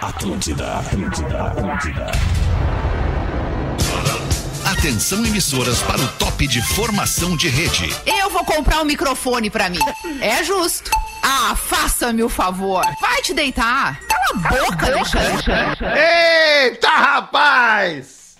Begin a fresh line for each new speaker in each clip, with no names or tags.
Atlântida, Atlântida, Atlântida.
Atenção emissoras para o top de formação de rede.
Eu vou comprar um microfone pra mim. É justo. Ah, faça-me o favor. Vai te deitar. Cala a boca, Alexandre.
Eita, rapaz!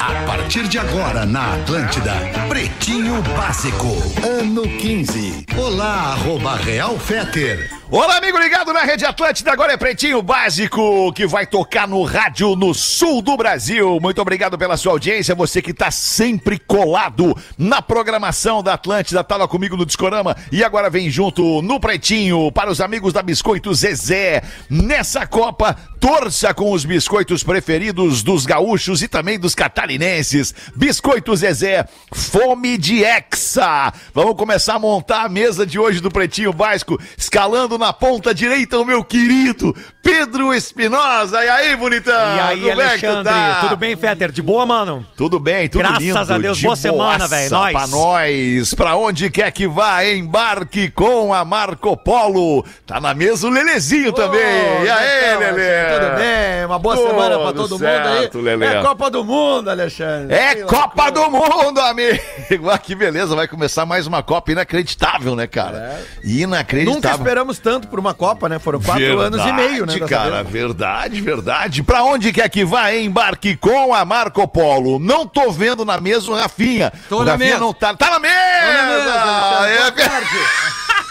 A partir de agora na Atlântida, Pretinho Básico, ano 15. Olá, arroba Real Feter.
Olá, amigo ligado na Rede Atlântida. Agora é Pretinho Básico, que vai tocar no rádio no sul do Brasil. Muito obrigado pela sua audiência. Você que tá sempre colado na programação da Atlântida. Tava comigo no Discorama e agora vem junto no Pretinho para os amigos da Biscoito Zezé. Nessa Copa, torça com os biscoitos preferidos dos gaúchos e também dos catarinenses. Biscoito Zezé, fome de hexa. Vamos começar a montar a mesa de hoje do Pretinho Básico, escalando na ponta direita o meu querido Pedro Espinosa. E aí, bonitão?
E aí,
Como é que tu
Alexandre?
tá?
Tudo bem, Fetter? De boa, mano?
Tudo bem, tudo
Graças
lindo.
a Deus,
de
boa semana,
boaça
velho. Nós.
Pra nós, pra onde quer que vá, embarque com a Marco Polo. Tá na mesa o Lelezinho também.
é
E aí,
tá,
Lele?
Tudo bem? Uma boa
Tudo
semana pra todo
certo,
mundo aí.
Lelê.
É Copa do Mundo, Alexandre.
É
Que
Copa
loucura.
do Mundo, amigo! Ah, que beleza, vai começar mais uma Copa inacreditável, né, cara?
É.
Nunca
Inacreditável.
esperamos tanto por uma Copa, né? Foram quatro anos e meio, né? dessa
cara,
vez.
verdade, verdade. Pra onde quer que vá, hein? embarque com a Marco Polo. Não tô vendo na mesa o Rafinha.
Tô
o
na
Rafinha
mesa.
não tá. Tá na mesa!
mesa,
É ver-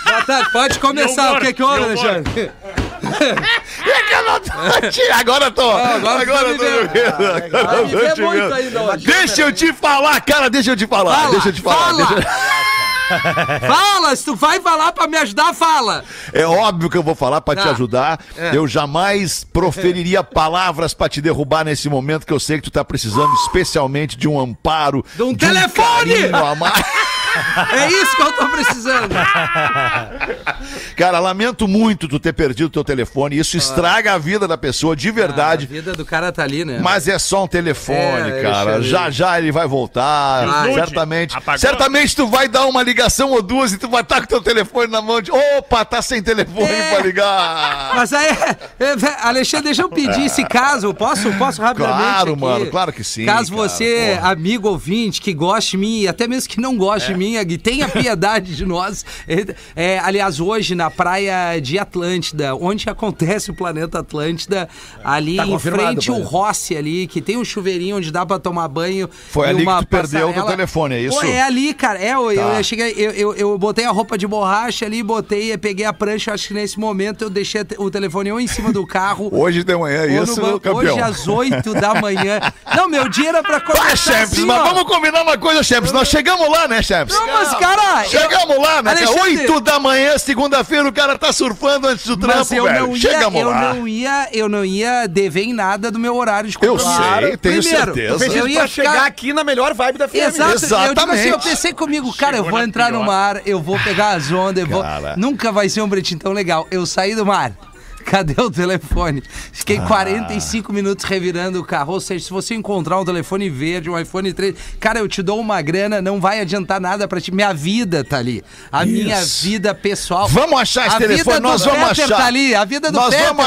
Boa tarde, pode começar. O que é que houve, Alexandre?
É que eu não tô te- Agora eu tô.
Ah, agora
agora eu
tu
tô
me
me
deu.
vendo. Agora
vai
eu
me
tô
ver
te
muito
vendo.
ainda hoje.
Deixa eu te falar, cara, deixa eu te falar.
Fala,
deixa eu te falar.
fala.
deixa eu-
Fala, se tu vai falar pra me ajudar, fala.
É óbvio que eu vou falar pra te
Tá.
ajudar. Eu jamais proferiria palavras pra te derrubar nesse momento que eu sei que tu tá precisando especialmente de um amparo.
De um telefone!
carinho a mais.
É isso que eu tô precisando.
Cara, lamento muito tu ter perdido teu telefone.
Ah.
Isso estraga a vida da pessoa de verdade.
A vida do cara tá ali, né?
Mas é só um telefone,
É,
cara.
Alexandre.
Já já ele vai voltar.
Vai.
certamente. Certamente tu vai dar uma ligação ou duas e tu vai estar com teu telefone na mão de. Opa, tá sem telefone
É.
pra ligar.
Mas aí, é, é, Alexandre, deixa eu pedir esse caso. Posso, posso rapidamente?
É. Claro,
aqui?
mano, claro que sim,
Caso
cara,
você,
porra. É.
amigo ouvinte, que goste de mim, até mesmo que não goste de mim, que tenha piedade de nós. É, é, aliás, hoje na praia de Atlântida, onde acontece o planeta Atlântida,
É. Tá
ali em
confirmado,
frente ao
Bruno.
Rossi, ali, que tem um chuveirinho onde dá pra tomar banho.
Foi
e
ali que
uma
tu perdeu
passarela.
teu telefone, é isso?
Pô, é ali, cara. É, eu,
Tá.
eu cheguei, eu, eu, eu botei a roupa de borracha ali, botei, eu peguei a prancha, eu acho que nesse momento eu deixei te- o telefone ou em cima do carro.
Hoje de manhã,
ou no
isso,
banco.
campeão.
Hoje às 8 da manhã. Não, meu dia era pra começar
Ah, Champs,
assim,
mas
ó.
vamos combinar uma coisa, Champs. Nós chegamos lá, né, Champs?
Não, mas, cara, eu-
Chegamos lá, né? cara?
Alexandre-
Oito da manhã, segunda-feira, o cara tá surfando antes do trampo,
Mas eu
velho.
não, ia,
chegamos
eu,
lá.
não ia, eu não ia dever em nada do meu horário de
Eu
compromisso.
sei, tenho
Primeiro,
certeza.
Fez
Eu
isso
ia
pra
ficar...
chegar aqui na melhor vibe da FM.
Exato, Eu, digo assim, eu
Exatamente.
pensei comigo, cara, eu vou entrar no mar, eu vou pegar as ondas, eu vou.
Cara.
Nunca vai ser um bretinho tão legal. Eu saí do mar. Cadê o telefone?
Ah.
Fiquei 45 minutos revirando o carro. Ou seja, se você encontrar um telefone verde, um iPhone 3, cara, eu te dou uma grana, não vai adiantar nada pra ti. Minha vida tá ali. A minha vida pessoal.
Vamos achar esse
a
telefone,
vida do
nós vamos
Peter
achar.
Tá ali. A vida do
Nós
Peter.
vamos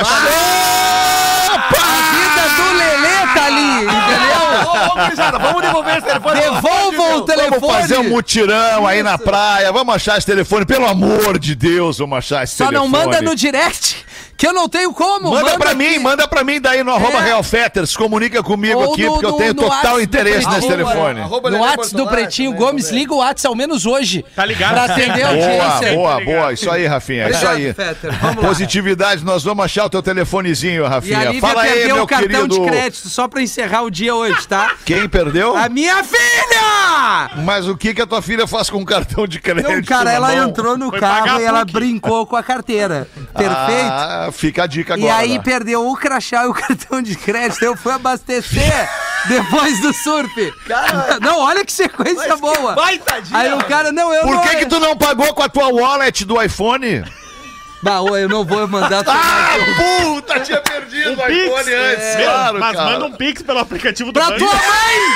achar.
A vida do Lelê tá ali,
Ah,
entendeu?
Ô, ô, gurizada, vamos devolver esse telefone.
Devolvam o telefone.
Vamos fazer um mutirão aí na praia. Vamos achar esse telefone. Pelo amor de Deus, vamos achar esse
Só
telefone.
não manda no direct, que eu não tenho como.
Manda, pra mim,
aqui.
manda pra mim daí no arroba
É.
Real Fetter. Se comunica comigo
Ou
aqui,
no-
porque eu
no-
tenho
no
total
WhatsApp
interesse
do
nesse
Pretinho.
telefone.
No WhatsApp do Pretinho Gomes, liga o WhatsApp ao menos hoje.
Tá ligado?
Pra atender a
Boa,
audiência.
boa, boa. Isso aí, Rafinha. Isso
Obrigado,
aí.
Fetter. Vamos lá.
Positividade, nós vamos achar o teu telefonezinho,
E
Rafinha.
a Lívia
Fala aí,
perdeu
meu
o cartão
querido.
de crédito só pra encerrar o dia hoje, tá?
Quem perdeu?
A minha filha!
Mas o que que a tua filha faz com o cartão de crédito?
Não, cara,
na
ela
mão?
entrou no carro e ela brincou com a carteira. Perfeito?
Ah, fica a dica agora.
E aí
né?
perdeu o crachá e o cartão de crédito. Eu fui abastecer depois do surf. não, olha que sequência boa.
Baitadinha.
Aí o cara, não, eu
Por
não. é.
que que tu não pagou com a tua wallet do iPhone?
Bah, ô, eu não vou mandar tu.
Ah, puta, tinha perdido o
Pix,
iPhone antes.
Meu,
Claro,
mas
cara.
manda um pix pelo aplicativo do
Pra
banco.
tua mãe!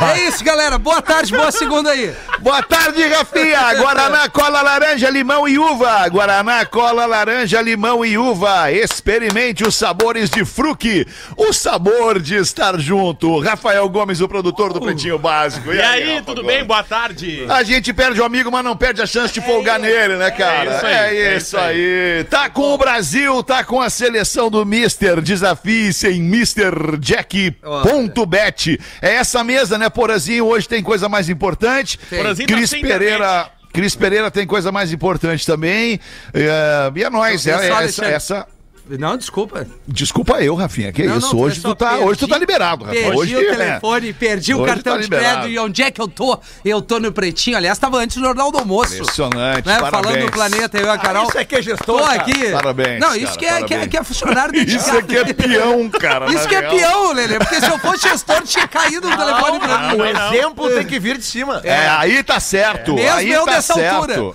É isso, galera. Boa tarde, boa segunda aí.
Boa tarde, Rafinha! Guaraná, cola laranja, limão e uva. Guaraná, cola laranja, limão e uva. Experimente os sabores de fruque. O sabor de estar junto. Rafael Gomes, o produtor do Pretinho Básico.
E aí,
Rafa
tudo
Gomes?
bem? Boa tarde.
A gente perde o amigo, mas não perde a chance
É
de folgar nele, né, cara? É isso,
isso
aí,
aí, é isso
aí. Tá com o Brasil, tá com a seleção do Mister. Desafie-se em MrJack.bet. É essa mesa, né, Porazinho? Hoje tem coisa mais importante.
Porazinho tá
Cris
sem
Pereira. Cris Pereira tem coisa mais importante também. É, e é nóis. É,
Então,
é
só,
essa,
Alexandre.
essa-
Não, desculpa.
Desculpa eu, Rafinha. Que
Não,
isso?
não,
hoje,
só
tu tá,
perdi-
hoje tu tá liberado, Rafa.
Perdi
hoje,
o
é.
telefone, perdi o
Hoje
cartão
tá
de
liberado.
crédito. E onde é que eu tô? Eu tô no Pretinho. Aliás, tava antes do Jornal do Almoço.
Impressionante,
Né?
parabéns.
Falando do planeta, eu e a Carol.
Ah,
isso é que é gestor,
Tô
cara.
aqui.
Parabéns,
Não, isso
cara,
que, é, que, é,
parabéns.
que é funcionário do
Isso aqui é peão, cara.
Isso
na
que é
real.
peão, Lelê. Porque se eu fosse gestor, tinha caído o telefone pra mim.
O
não, não.
exemplo tem que vir de cima.
É, aí tá certo.
Mesmo
aí
eu
tá
dessa
certo.
altura.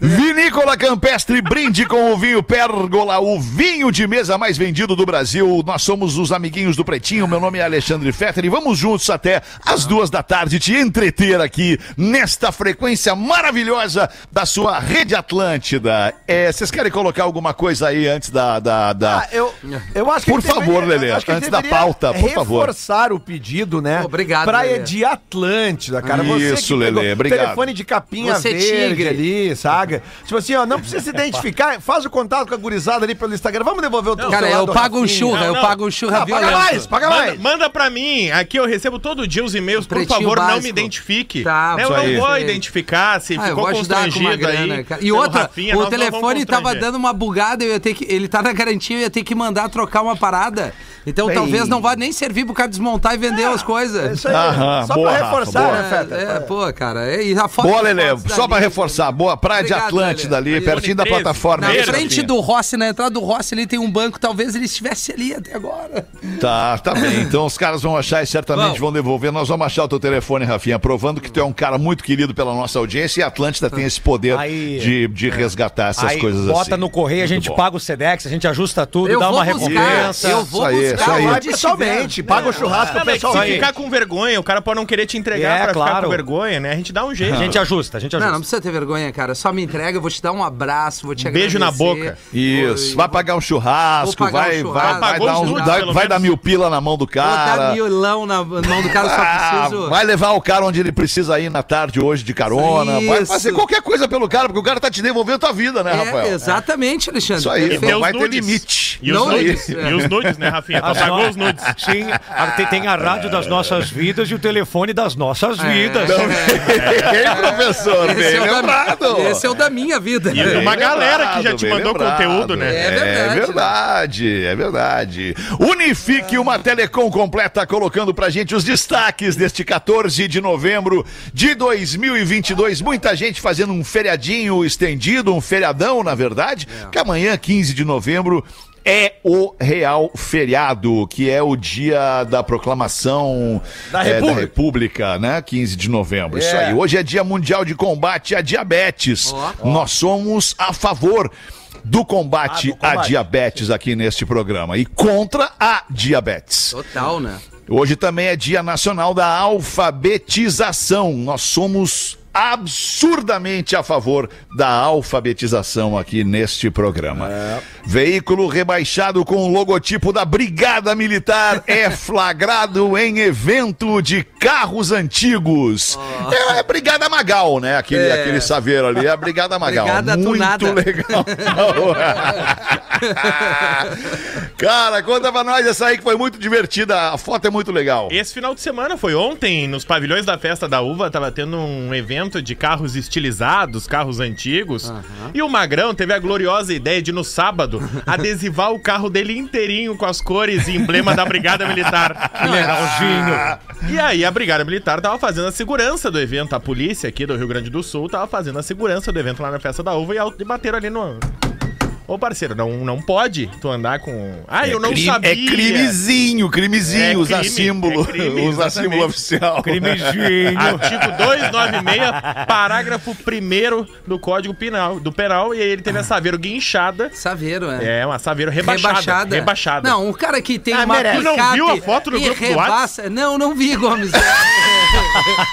Vinícola Campestre, brinde com o vinho Pérgola, o vinho de mesa mais vendido do Brasil. Nós somos os amiguinhos do Pretinho. Meu nome é Alexandre Fetter e vamos juntos até as duas da tarde te entreter aqui nesta frequência maravilhosa da sua Rede Atlântida. É, vocês querem colocar alguma coisa aí antes da. da, da-
Ah, eu, eu acho que
Por
a gente
favor,
deveria-
Lelê,
acho que a gente
antes da
deveria
pauta, por favor.
Reforçar o pedido, né?
Obrigado,
Praia
Lelê.
de Atlântida, cara. Você
Isso,
que
Lelê,
pegou
obrigado.
Telefone de capinha
Você é
verde
tigre.
ali, saca? Tipo assim, ó, não precisa se identificar, faz o contato com a gurizada ali pelo Instagram. Vamos devolver o teu
Cara,
celular
eu
do
pago um
Rafinha.
churra, eu
Não,
pago um churra
Não, paga mais,
violento.
paga
Manda,
mais.
manda pra mim, aqui eu recebo todo dia os e-mails, por
Pretinho
favor, não
básico.
me identifique.
Tá,
Né, eu
isso
não
aí.
vou
Sim.
identificar se
Ah, eu
ficou
vou ajudar com uma
constrangido
grana,
aí.
cara. E
pelo
outra,
Rafinha,
o
nós não vamos
telefone tava
constranger.
dando uma bugada, eu ia ter que. Ele tá na garantia, eu ia ter que mandar trocar uma parada. Então talvez não vá nem servir pro cara desmontar e vender as coisas.
É, Isso aí,
Aham,
só
boa,
pra
Rafa,
reforçar,
boa.
né, Feta?
É, é, pô, cara. é- E a foto,
Boa, Lelê,
fotos
só
dali,
pra reforçar. Boa, Praia de
Obrigado,
Atlântida
Lelê.
ali, pertinho da
13,
plataforma.
Na
Primeiro,
frente
Rafinha.
do Rossi, na entrada do Rossi, ali tem um banco, talvez ele estivesse ali até agora.
Tá, tá bem. Então os caras vão achar e certamente
Vamos.
vão devolver. Nós vamos achar o teu telefone, Rafinha, provando que tu é um cara muito querido pela nossa audiência e a Atlântida tem esse poder
Aí-
de, de resgatar essas
Aí
coisas
bota
assim.
no correio, a
Muito
gente
bom.
paga o Sedex, a gente ajusta tudo,
Eu
dá
vou
uma
buscar,
recompensa.
eu vou
Isso aí, isso
buscar
aí.
Vai
onde
pessoalmente,
estiver.
paga o churrasco
Não, mas que se
pessoalmente.
ficar com vergonha, o cara pode não querer te entregar
É,
pra ficar
claro.
com vergonha, né? A gente dá um jeito.
A gente ajusta, a gente
Não,
ajusta.
não precisa ter vergonha, cara. Só me entrega, eu vou te dar um abraço, vou te
Beijo na
agradecer.
boca.
Isso,
Vou-
vai pagar um churrasco,
Vou pagar
vai,
um
vai,
churrasco.
vai,
Pagou
dar
os
um,
juros,
dá-
pelo
vai dar
menos.
mil pila na mão do
Vou dar
cara.
milão na mão do cara, só
Ah,
preciso.
vai levar o cara onde ele precisa ir na tarde hoje de carona. Vai
Isso.
fazer qualquer coisa pelo cara, porque o cara tá te devolvendo tua vida, né,
É,
Rafael?
exatamente, Alexandre.
Isso aí,
E
não
tem
vai
os
ter
nudes.
limite.
E os
Não,
nudes,
é.
e os nudes, né, Rafinha? Tu apagou os nudes.
Sim, a- tem, tem a rádio das nossas vidas e o telefone das nossas
É.
vidas.
é
É.
Ei, é professor, bem
o da-
lembrado.
esse é o da minha vida.
E de uma
Bem
galera que já
lembrado,
te
bem
mandou
lembrado.
conteúdo, né?
É verdade,
É verdade, é verdade. Unifique uma telecom completa, colocando pra gente os destaques deste 14 de novembro de 2022. Muita gente fazendo um feriadinho estendido, um feriadão, na verdade, que amanhã, 15 de novembro. É o real feriado, que é o dia da proclamação
Da
eh,
República.
República, né? 15 de novembro. Isso aí. Hoje é Dia Mundial de Combate à Diabetes. Nós somos a favor do combate,
Ah, do combate.
à diabetes aqui neste programa e contra a diabetes.
Total, né?
Hoje também é Dia Nacional da Alfabetização. Nós somos absurdamente a favor da alfabetização aqui neste programa.
É.
Veículo rebaixado com o logotipo da Brigada Militar é flagrado em evento de carros antigos. É a Brigada Magal, né? Aquele,
Ah. É.
aquele saveiro ali, é a Brigada Magal.
Brigada
Muito
tunada.
legal. Cara, conta pra nós essa aí que foi muito divertida. A foto é muito legal.
Esse final de semana foi ontem, nos pavilhões da Festa da Uva, tava tendo um evento de carros estilizados, carros antigos. E o Magrão teve a gloriosa ideia de, no sábado, adesivar o carro dele inteirinho com as cores e emblema da Brigada Militar. Que legalzinho. E aí a Brigada Militar tava fazendo a segurança do evento. A polícia aqui do Rio Grande do Sul tava fazendo a segurança do evento lá na Festa da Uva e ao- e bateram ali no... Ô, parceiro, não, não pode tu andar com... Ah, eu não
Crime-
sabia.
É crimezinho, crimezinho.
É
usar
crime,
símbolo.
é crime,
usar
exatamente.
símbolo oficial.
Crimezinho.
Ah,
Artigo 296, parágrafo 1 do Código Penal, do Penal, e aí ele teve a saveiro guinchada.
Saveiro, é.
É, uma saveiro rebaixada. Rebaixada.
Não, um cara que tem
Ah,
uma
merece.
Tu não viu a foto no
e
grupo do
rebaça- Não, não vi, Gomes. É,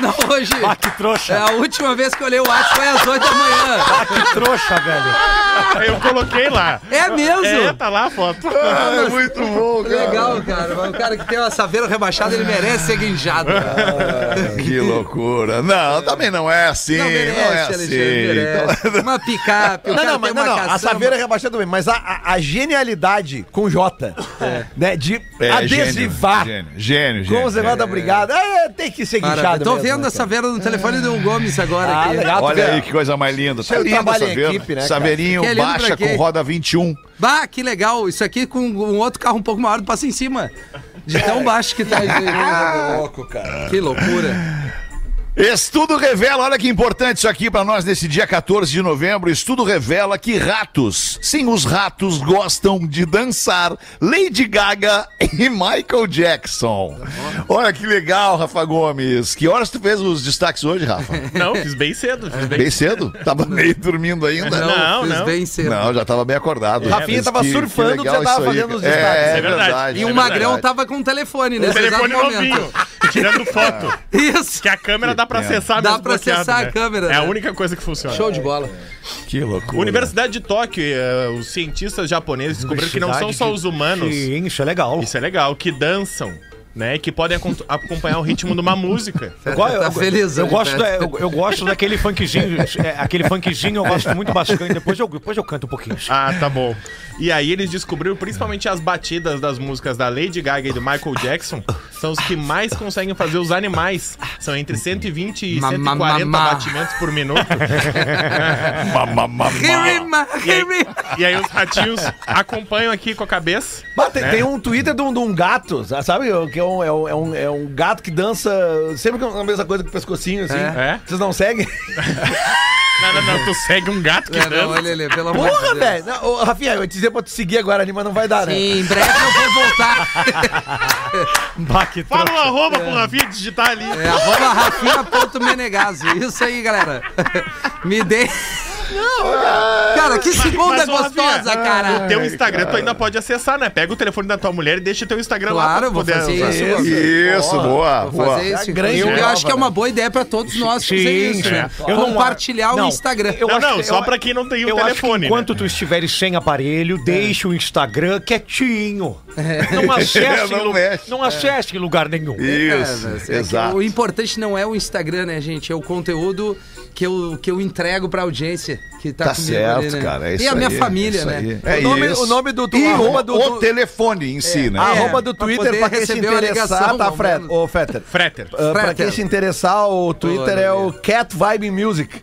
Não, hoje.
Ah, que
É
trouxa.
a última vez que eu olhei o WhatsApp foi às 8 da manhã.
Ah, que trouxa, velho.
Eu coloquei lá.
É mesmo?
É, tá lá a foto. Ah,
É muito bom, cara.
Legal, cara. Mas O cara que tem uma saveira rebaixada, ele merece ser guinjado.
Ah, Que loucura. Não, também não é assim. Não,
Não
é
merece,
assim.
Alexandre, merece. é. Uma picape, o
Não,
cara
não, mas
tem
não,
uma
não,
caçamba.
a Saveira é rebaixada também, mas a, a- a genialidade com J, né, de
É,
adesivar
Gênio, gênio. gênio,
com os negócio
gênio.
da brigada, é, tem que ser
Maravilha.
guinchado
Tô
mesmo,
vendo
né,
a Saveira no telefone do Gomes agora
Ah,
aqui.
legal.
Olha aí que coisa mais linda. Tá
Seu
lindo,
trabalho em
Saveiro.
equipe, né, cara?
Saveirinho
Que é lindo
baixa
pra quê?
com roda 21.
Bah, que legal. Isso aqui com um outro carro um pouco maior passa em cima. De tão baixo que tá. Que louco, cara. Que loucura.
Estudo revela, olha que importante isso aqui pra nós nesse dia 14 de novembro. Estudo revela que ratos, sim, os ratos gostam de dançar Lady Gaga e Michael Jackson. Olha que legal, Rafa Gomes. Que horas tu fez os destaques hoje, Rafa?
Não, fiz bem cedo. Fiz bem
Bem cedo? Tava meio dormindo ainda?
Não,
fiz
não.
bem cedo.
Não, já tava bem acordado.
Rafinha
Mas
tava
que- que
surfando,
legal
você tava
isso aí,
fazendo os
cara.
destaques. um
É,
É
é
verdade.
verdade.
E o
É
Magrão
verdade.
tava com o telefone
O
nesse exato
telefone novinho,
momento.
tirando foto.
Isso.
Que a câmera dá pra
pena.
acessar
Dá
mesmo
pra
bloqueado,
acessar a
né?
câmera,
É a
né?
única coisa que funciona.
Show de bola.
tá
Que loucura.
Universidade de Tóquio, eh, os cientistas japoneses descobriram que não são só os humanos,
Sim, isso é legal.
isso é legal, que dançam, né? Que podem acon- acompanhar o ritmo de uma música.
é
Eu go- eu-
Tá feliz,
eu
né,
gosto, da,
Beto?
eu, eu gosto daquele funkzinho. é, aquele funkzinho eu gosto muito bastante. Depois eu, depois eu canto um pouquinho.
Ah, tá bom. E aí eles descobriram principalmente as batidas das músicas da Lady Gaga e do Michael Jackson são os que mais conseguem fazer os animais. São entre 120 e
Ma- ma-
140
ma- ma.
batimentos por minuto.
Ma- ma- ma- ma-
Hirima,
E aí,
hirima.
e aí os ratinhos acompanham aqui com a cabeça.
Mas tem, tem um Twitter de um, de um gato, sabe? Que é um, é, um, é, um, é um gato que dança sempre com a mesma coisa que o pescocinho, assim.
É.
Vocês não seguem?
Não, não, não, tu segue um gato que
É, não,
dança.
olha ele, pelo amor de
Porra,
Deus.
velho! Não, ô, Rafinha, eu ia dizer pra tu seguir agora ali, mas não vai dar, né?
é. Sim, em breve eu vou voltar.
Bah, que
Fala
trouxa.
um arroba pro Rafinha digitar ali.
É arroba rafinha.menegaso. Isso aí, galera. Me dê. Cara, que segunda
mas, ô,
gostosa,
Rafinha,
cara.
O teu Instagram tu ainda pode acessar, né? Pega o telefone da tua mulher e deixa o teu Instagram lá.
Claro,
pra
eu vou
poder
fazer
usar.
isso.
Isso.
Isso, boa,
Vou
boa.
fazer isso.
grande
inclusive, eu
prova,
acho que é uma boa ideia pra todos nós fazer isso, né?
Eu não-
Compartilhar o
não,
Instagram. É,
eu
Não,
acho
não,
que-
só
eu-
pra quem não tem o
Eu acho que
telefone. né?
enquanto tu estiveres sem aparelho, deixa o Instagram quietinho.
é,
Não acesse,
É, Não
não,
mexe.
não acesse em lugar nenhum.
Isso,
É, mas é que
exato.
O importante não é o Instagram, né, gente? É o conteúdo que eu, que eu entrego pra audiência que tá,
Tá
comigo
certo,
ali, né?
cara. É isso
e a minha
aí,
família,
isso
né?
aí. É
o, nome,
isso.
o nome do tu,
E
arroba
o,
do,
o
do-
telefone em si, né?
a arroba do
É, pra poder
Twitter pra quem se
receber uma
interessar,
ligação,
tá,
ao
Fred?
menos.
Ô, Fetter.
Freter.
Ah, pra
Fretter.
quem se interessar, o Twitter é o Cat Vibe Music.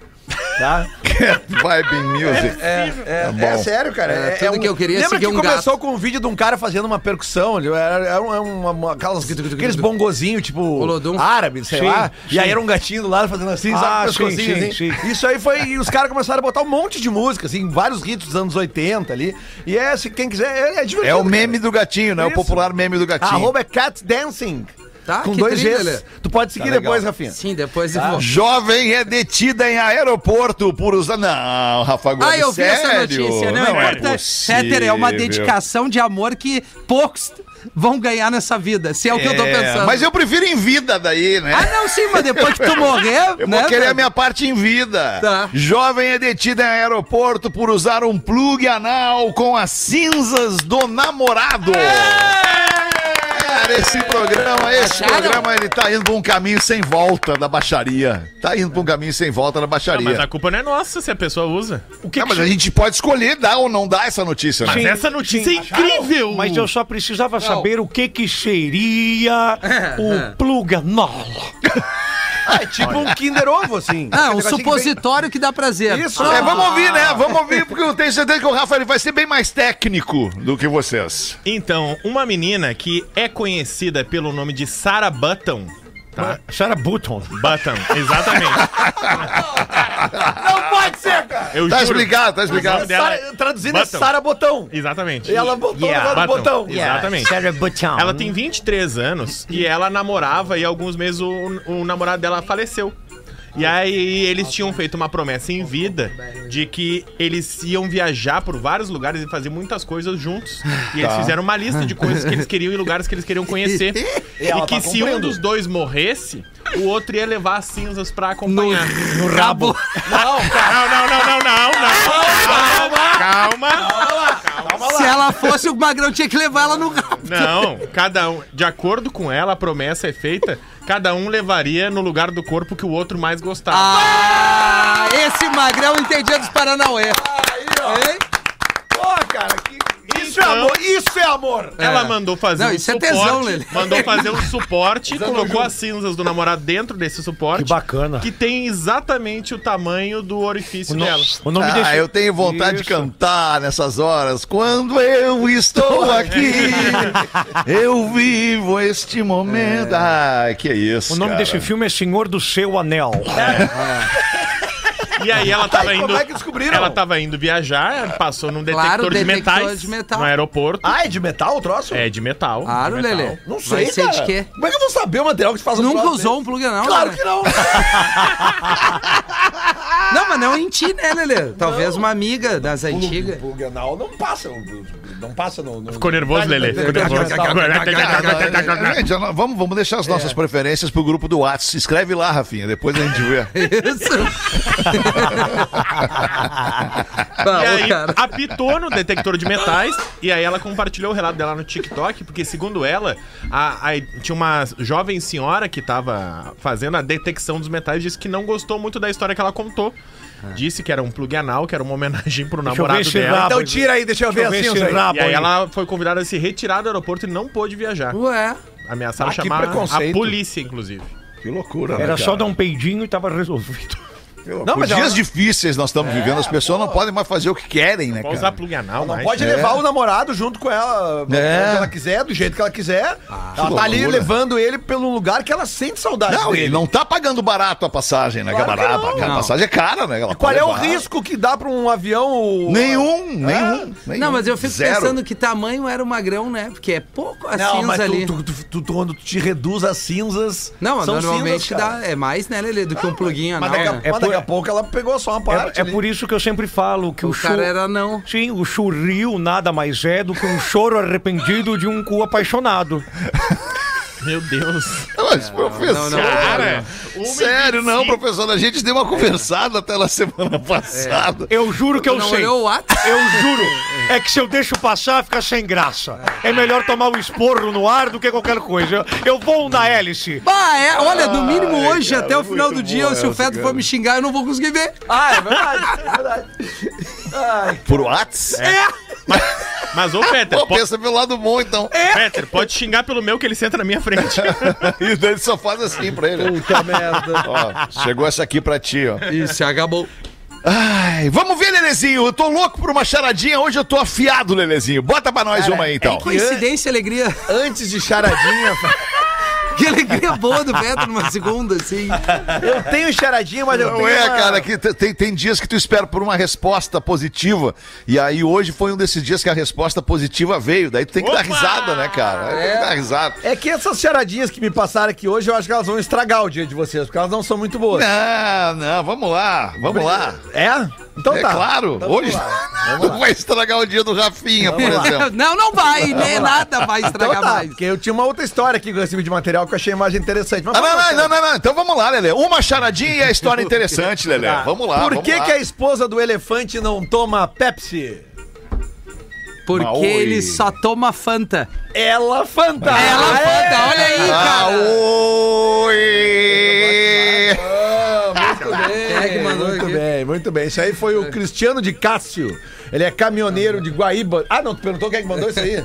Tá?
Vibe Music. Tá
É,
bom.
é sério, cara. É,
tudo
é um-
que eu queria é
Lembra
seguir
que
um gato.
começou com um vídeo de um cara fazendo uma percussão? ele Era, era um- é uma, uma- aquelas- aqueles bongozinhos, tipo,
Olodum.
árabe, sei
Sim,
lá.
sim.
E aí era um gatinho do lado fazendo assim,
Ah,
sabe?
sim,
pescocinho,
sim,
assim.
sim.
Isso aí foi... E os caras começaram a botar um monte de música, assim, vários hits dos anos 80 ali. E é, se quem quiser, é, é divertido.
É o
cara.
meme do gatinho, né? O
Isso.
popular meme do
A
gatinho.
arroba é Cat Dancing.
Tá,
com
que
dois
trilha,
Gs.
Lê.
Tu pode seguir
Tá legal.
depois, Rafinha.
Sim, depois eu vou.
Jovem é detida em aeroporto por usar. Não, Rafa Gomes.
Ah, eu vi essa
sério?
notícia, né?
Não
é
é
importante. Hétero, é uma
possível.
dedicação de amor que poucos vão ganhar nessa vida, se é o que eu tô
É,
pensando.
Mas eu prefiro em vida daí, né?
Ah, não, sim, mas depois que tu morrer.
Eu
né,
vou querer a
velho?
minha parte em vida.
Tá.
Jovem é detida em aeroporto por usar um plug anal com as cinzas do namorado. Cara, esse programa, esse
Acharam?
programa, ele tá indo pra um caminho sem volta da baixaria. Tá indo pra um caminho sem volta da
Ah, mas
baixaria.
a culpa não é nossa se a pessoa usa.
Ah, mas, a gente pode escolher dar ou não dar essa notícia, né?
Mas essa notícia é incrível!
Mas eu só precisava saber o que que seria o pluganol.
É tipo um Kinder Ovo, assim.
Ah,
Aquele
um
negocinho que vem-
supositório que dá prazer.
Isso,
É,
Ah,
vamos ouvir, né? Vamos ouvir, porque eu tenho certeza que o Rafa ele vai ser bem mais técnico do que vocês.
Então, uma menina que é conhecida pelo nome de Sarah Button. Tá?
Sarah Button.
Button, exatamente.
Não pode ser, cara!
Eu
Tá
juro.
explicado, tá
O nome
explicado.
dela
Sara- traduzindo
Button.
é Sara Botão.
Exatamente.
E ela botou
Yeah,
o negócio do
Button.
botão.
Yeah. Exatamente.
Sarah Button.
Ela tem 23 anos e ela namorava e há alguns meses o, o namorado dela faleceu. E aí eles tinham feito uma promessa em vida de que eles iam viajar por vários lugares e fazer muitas coisas juntos. E eles fizeram uma lista de coisas que eles queriam e lugares que eles queriam conhecer. E,
ela
que
tá
se
cumprindo.
um dos dois morresse, o outro ia levar as cinzas pra acompanhar.
No rabo.
Não, cara, não, não, não, não, não. Calma.
Se ela fosse, o magrão tinha que levar ela no rabo.
Não, cada um, de acordo com ela, a promessa é feita, cada um levaria no lugar do corpo que o outro mais gostava.
Ah, esse magrão entendia dos Paranauê. Hein?
Pô, cara, que... Isso é
Então-
amor, isso é amor!
Ela
É.
mandou fazer
Não,
um
isso é
suporte.
tesão, Lelê. é
Mandou fazer um suporte, colocou as cinzas do namorado dentro desse suporte.
Que bacana.
Que tem exatamente o tamanho do orifício dela.
O nome
ah,
desse-
eu tenho vontade de cantar nessas horas. Quando eu estou aqui, eu vivo este
É.
momento. Ah, que isso.
O nome
cara.
desse filme é Senhor do Seu Anel.
E aí ela tava
Ai,
indo.
como é que descobriram?
tá Ela tá- tava indo viajar, passou num detector,
Claro,
de,
detector
metais
de metal.
no aeroporto.
Ah, é de metal o troço?
É de metal.
Claro,
de metal.
Lelê.
Não sei,
Vai ser
cara.
de quê?
Como é que eu vou saber o material que se faz um
Nunca
troço
usou
desse?
um plug não,
Claro
né?
que não!
Não, mas não em ti, né, Lelê? Talvez uma amiga das antigas.
O Grenal não passa, não passa no... no...
Ficou nervoso, Lelê. Ficou nervoso.
Ah, gente, eu não- vamos, vamos deixar
É.
as nossas preferências pro grupo do WhatsApp. Escreve lá, Rafinha, depois a gente vê.
Isso. Bah,
E
ô,
aí,
cara.
apitou no detector de metais. E aí, ela compartilhou o relato dela no TikTok, porque, segundo ela, a- a- tinha uma jovem senhora que estava fazendo a detecção dos metais. Disse que não gostou muito da história que ela contou. Disse que era um plug anal, que era uma homenagem pro
eu ver
namorado
esse
dela.
rabo.
Então tira aí, deixa eu ver assim,
Deixa eu
a
ver esse
cinza aí.
E
rabo.
aí,
aí.
ela foi convidada a se retirar do aeroporto e não pôde viajar.
Ué.
Ameaçaram
Ah, que
chamar a
preconceito.
polícia, inclusive.
Que loucura,
Era só dar um peidinho e tava resolvido.
Não,
Os
mas é ela
dias difíceis nós estamos vivendo, as pessoas não podem mais fazer o que querem, né,
Pode usar
cara?
plug anal,
não
mas-
É.
pode levar o namorado junto com ela,
É.
quando ela quiser, do jeito que ela quiser.
Ah,
ela
que
tá ali
loucura.
levando ele pelo lugar que ela sente saudade
Não,
dele.
ele não tá pagando barato a passagem, né?
Claro
que é
que
barata,
não.
cara,
Não.
A passagem é cara, né? Ela
E Qual
pode
é o
levar.
risco Ah. que dá pra um avião?
Nenhum, nenhum, nenhum.
um
Não, mas eu fico
Zero.
pensando que tamanho era o magrão, né? Porque é pouco a
Não,
cinza
mas tu,
ali.
tu, tu, tu- tu- quando tu te reduz as cinzas.
Não,
são
normalmente
cinzas, cara. Ah,
dá, é mais, né, Lelê, do que um pluguinho
Mas
anal,
daqui, a,
né?
mas
É
daqui
por-
a pouco ela pegou só uma parte.
É, é
ali.
por isso que eu sempre falo
é
que o,
O
chu-
cara era não.
Sim, o churril nada mais é do que um choro arrependido de um cu apaixonado.
Meu Deus.
Mas, professor,
não, não,
cara,
não.
sério, não, professor. A gente deu uma conversada até na semana passada.
Eu juro que eu
não
sei.
olhou o WhatsApp?
Eu juro. É que se eu deixo passar, fica sem graça. É melhor tomar um esporro no ar do que qualquer coisa. Eu, eu vou na hélice.
Bah, é, olha, no mínimo hoje,
é
até o final do
muito
dia,
boa
se o
essa,
Feto
cara.
for me xingar, eu não vou conseguir ver.
Ah, é verdade, é verdade.
Por WhatsApp?
Mas, ô, Peter,
Pô,
po-
É, pensa pelo lado bom, então.
Peter, pode xingar pelo meu que ele senta na minha frente.
E daí só faz assim pra ele.
Puta merda.
Ó, chegou essa aqui pra ti, ó.
Isso, acabou.
Ai, É, vamos ver, Lelezinho. Eu tô louco por uma charadinha. Hoje eu tô afiado, Lelezinho. Bota pra nós uma aí, então.
Coincidência, alegria.
Antes de charadinha,
Que alegria boa do Feto numa segunda, assim.
eu tenho charadinha, mas eu
Não
tenho.
é,
uma-
cara, que t- tem, tem dias que tu espera por uma resposta positiva. E aí hoje foi um desses dias que a resposta positiva veio. Daí tu tem que dar
Opa!
risada, né, cara? Tem que dar risada.
É que essas charadinhas que me passaram aqui hoje, eu acho que elas vão estragar o dia de vocês, porque elas não são muito boas.
Não, não, vamos lá, vamos lá.
É? Então
é
tá.
claro,
Então
hoje
vamos lá.
não vai estragar o dia do Rafinha, por exemplo.
Não, não vai, né? Nada vai
Então
estragar
tá,
mais.
porque eu tinha uma outra história aqui que eu recebi de material que eu achei mais interessante. Mas
Ah, não,
vamos lá,
não, não, não, não. Então vamos lá, Lelê. Uma charadinha e a história interessante, Lelê. Vamos lá.
Por
Ah, vamos
que,
lá.
que a esposa do elefante não toma Pepsi?
Porque
Maui.
ele só toma Fanta. É,
Ela Fanta!
Ela
é?
Fanta, olha aí,
Ah,
cara.
oi!
É, que mandou
Muito
aqui.
bem, muito bem. Isso aí foi o Cristiano de Cássio. Ele é caminhoneiro de Guaíba. Ah, não, tu perguntou quem é que mandou isso aí?